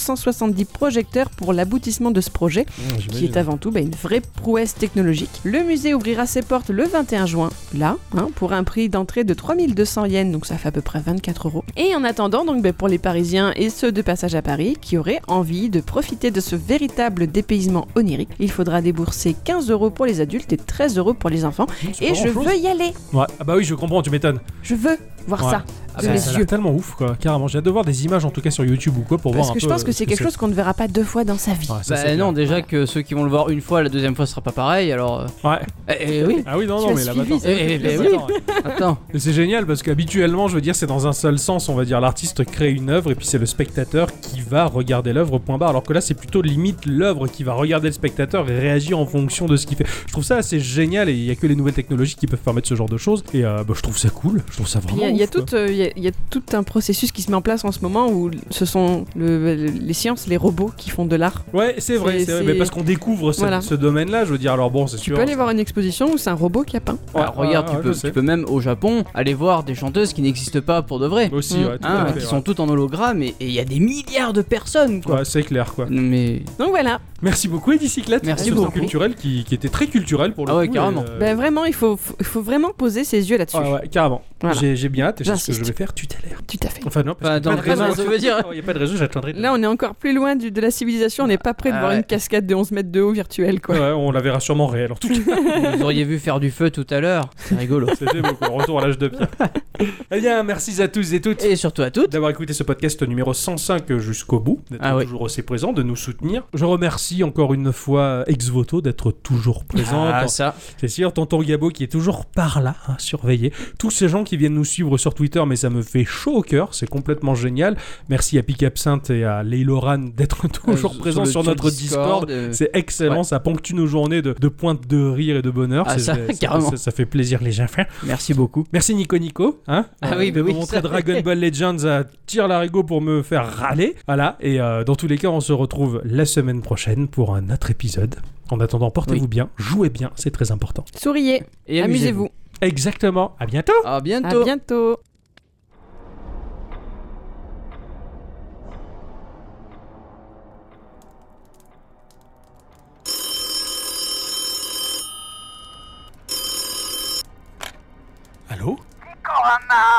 S1: 470 projecteurs pour l'aboutissement de ce projet. *laughs* qui est avant tout bah, une vraie prouesse technologique. Le musée ouvrira ses portes le 21 juin, là, hein, pour un prix d'entrée de 3200 yens, donc ça fait à peu près 24 euros. Et en attendant, donc bah, pour les Parisiens et ceux de passage à Paris qui auraient envie de profiter de ce véritable dépaysement onirique, il faudra débourser 15 euros pour les adultes et 13 euros pour les enfants. Et je veux y aller,
S2: Ouais. Ah bah oui, je comprends. Tu m'étonnes.
S1: je veux voir
S2: Ouais.
S1: ça.
S2: Ah
S1: de
S2: bah,
S1: mes
S2: ça a
S1: yeux.
S2: l'air tellement ouf, quoi. Carrément. J'ai hâte de voir des images, en tout cas sur YouTube ou quoi, pour voir
S1: Parce
S2: un
S1: que je
S2: peu,
S1: pense
S2: euh,
S1: que c'est
S2: ce
S1: quelque chose qu'on ne verra pas deux fois dans sa vie.
S2: Ouais, ça,
S3: Bah
S2: c'est
S3: non,
S2: clair.
S3: déjà que ceux qui vont le voir une fois, la deuxième fois sera pas pareil, alors. euh,
S2: Ouais.
S3: Eh, eh oui,
S2: Ah oui, non,
S1: Tu
S2: non,
S1: as
S2: mais là
S1: suivi, ça
S3: Eh,
S1: fait
S3: eh,
S1: plaisir.
S2: Attends,
S3: *laughs* attends.
S2: Mais C'est génial parce qu'habituellement, je veux dire, c'est dans un seul sens, on va dire. L'artiste crée une œuvre et puis c'est le spectateur qui va regarder l'œuvre, point barre. Alors que là, c'est plutôt limite l'œuvre qui va regarder le spectateur et réagir en fonction de ce qu'il fait. Je trouve ça assez génial et il n'y a que les nouvelles technologies qui peuvent permettre ce genre de choses. Et euh, bah, je trouve ça cool, je trouve ça
S1: Puis Il
S2: vraiment.
S1: y a, il y a
S2: ouf, quoi.
S1: tout, euh, il y a- il y a tout un processus qui se met en place en ce moment où ce sont le- les sciences, les robots qui font de l'art.
S2: Ouais, c'est vrai,
S1: C'est-
S2: c'est vrai.
S1: c'est-
S2: Mais parce qu'on découvre ce,
S1: Voilà.
S2: ce domaine-là, je veux dire, alors bon, c'est
S1: Tu
S2: sûr.
S1: peux aller voir une exposition où c'est un robot qui a peint.
S2: Ouais,
S3: Alors, Bah, Ah, regarde,
S2: ouais,
S3: tu,
S2: ouais,
S3: peux,
S2: je sais.
S3: tu peux même au Japon aller voir des chanteuses qui n'existent pas pour de vrai.
S2: Aussi,
S1: Mm.
S2: ouais, tout
S3: Hein,
S2: à
S3: qui
S2: fait,
S3: sont toutes en hologramme et il y a des milliards de personnes
S2: ouais.
S3: quoi.
S2: Ouais, c'est clair, quoi.
S3: Mais
S1: Donc voilà,
S2: Merci beaucoup, Edicyclette.
S3: Merci
S2: pour ce
S3: beaucoup.
S2: temps culturel qui, qui était très culturel pour le
S3: Ah ouais,
S2: coup,
S3: carrément.
S2: et, euh,
S1: Ben vraiment, il faut, faut- il faut vraiment poser ses yeux là-dessus.
S2: ah ouais, carrément.
S1: Voilà.
S2: J'ai, j'ai bien hâte et c'est ce que je
S1: J'insiste.
S2: vais faire tutélaire.
S1: Tout à fait.
S2: Enfin, non, parce qu'il y
S3: Bah,
S2: a
S3: dans
S2: pas de
S3: le
S2: réseau. *laughs*
S3: réseau, je veux dire.
S2: Non, Il n'y a pas de réseau, j'attendrai.
S1: Là, on est encore plus loin du- de la civilisation. On n'est pas prêt de
S3: Ah
S1: voir
S3: ouais.
S1: une cascade de 11 mètres de haut virtuelle, quoi.
S2: *laughs* *laughs* Ouais, ouais, on la verra sûrement réelle. En tout cas,
S3: Vous auriez vu faire du feu tout à l'heure.
S2: *laughs*
S3: C'est rigolo.
S2: c'était beau. quoi. Retour à l'âge de pierre. *laughs* eh bien, merci à tous et toutes.
S3: Et surtout à toutes.
S2: d'avoir écouté ce podcast numéro 105 jusqu'au bout, d'être
S3: Ah oui.
S2: toujours aussi présent, de nous soutenir. Je remercie encore une fois Exvoto d'être toujours présent.
S3: Ah,
S2: Tant-
S3: ça.
S2: C'est sûr, Tonton Gabo qui est toujours par là, à surveiller. Tous ces gens qui viennent nous suivre sur Twitter, mais ça me fait chaud au cœur, c'est complètement génial. Merci à Pic Absinthe et à Leiloran d'être *laughs* toujours
S3: Euh,
S2: présents sur,
S3: le-
S2: notre
S3: le
S2: Discord.
S3: euh,
S2: C'est excellent,
S3: Ouais.
S2: ça ponctue nos journées de, de pointe de rire et de bonheur.
S3: Ah,
S2: C'est-
S3: ça,
S2: c'est-
S3: carrément.
S2: ça- ça fait plaisir les gens.
S3: Merci beaucoup.
S2: Merci Nico Nico, hein
S3: Ah oui,
S2: de
S3: bah oui,
S2: me montrer
S3: ça- *laughs*
S2: Dragon Ball Legends à Tire Larigot pour me faire râler. Voilà, et euh, dans tous les cas, on se retrouve la semaine prochaine pour un autre épisode. En attendant, portez-vous bien, jouez bien, c'est très important.
S1: Souriez,
S3: Et
S1: amusez-vous.
S2: Exactement, à bientôt
S3: À bientôt.
S1: À bientôt.
S2: Allô
S5: Corama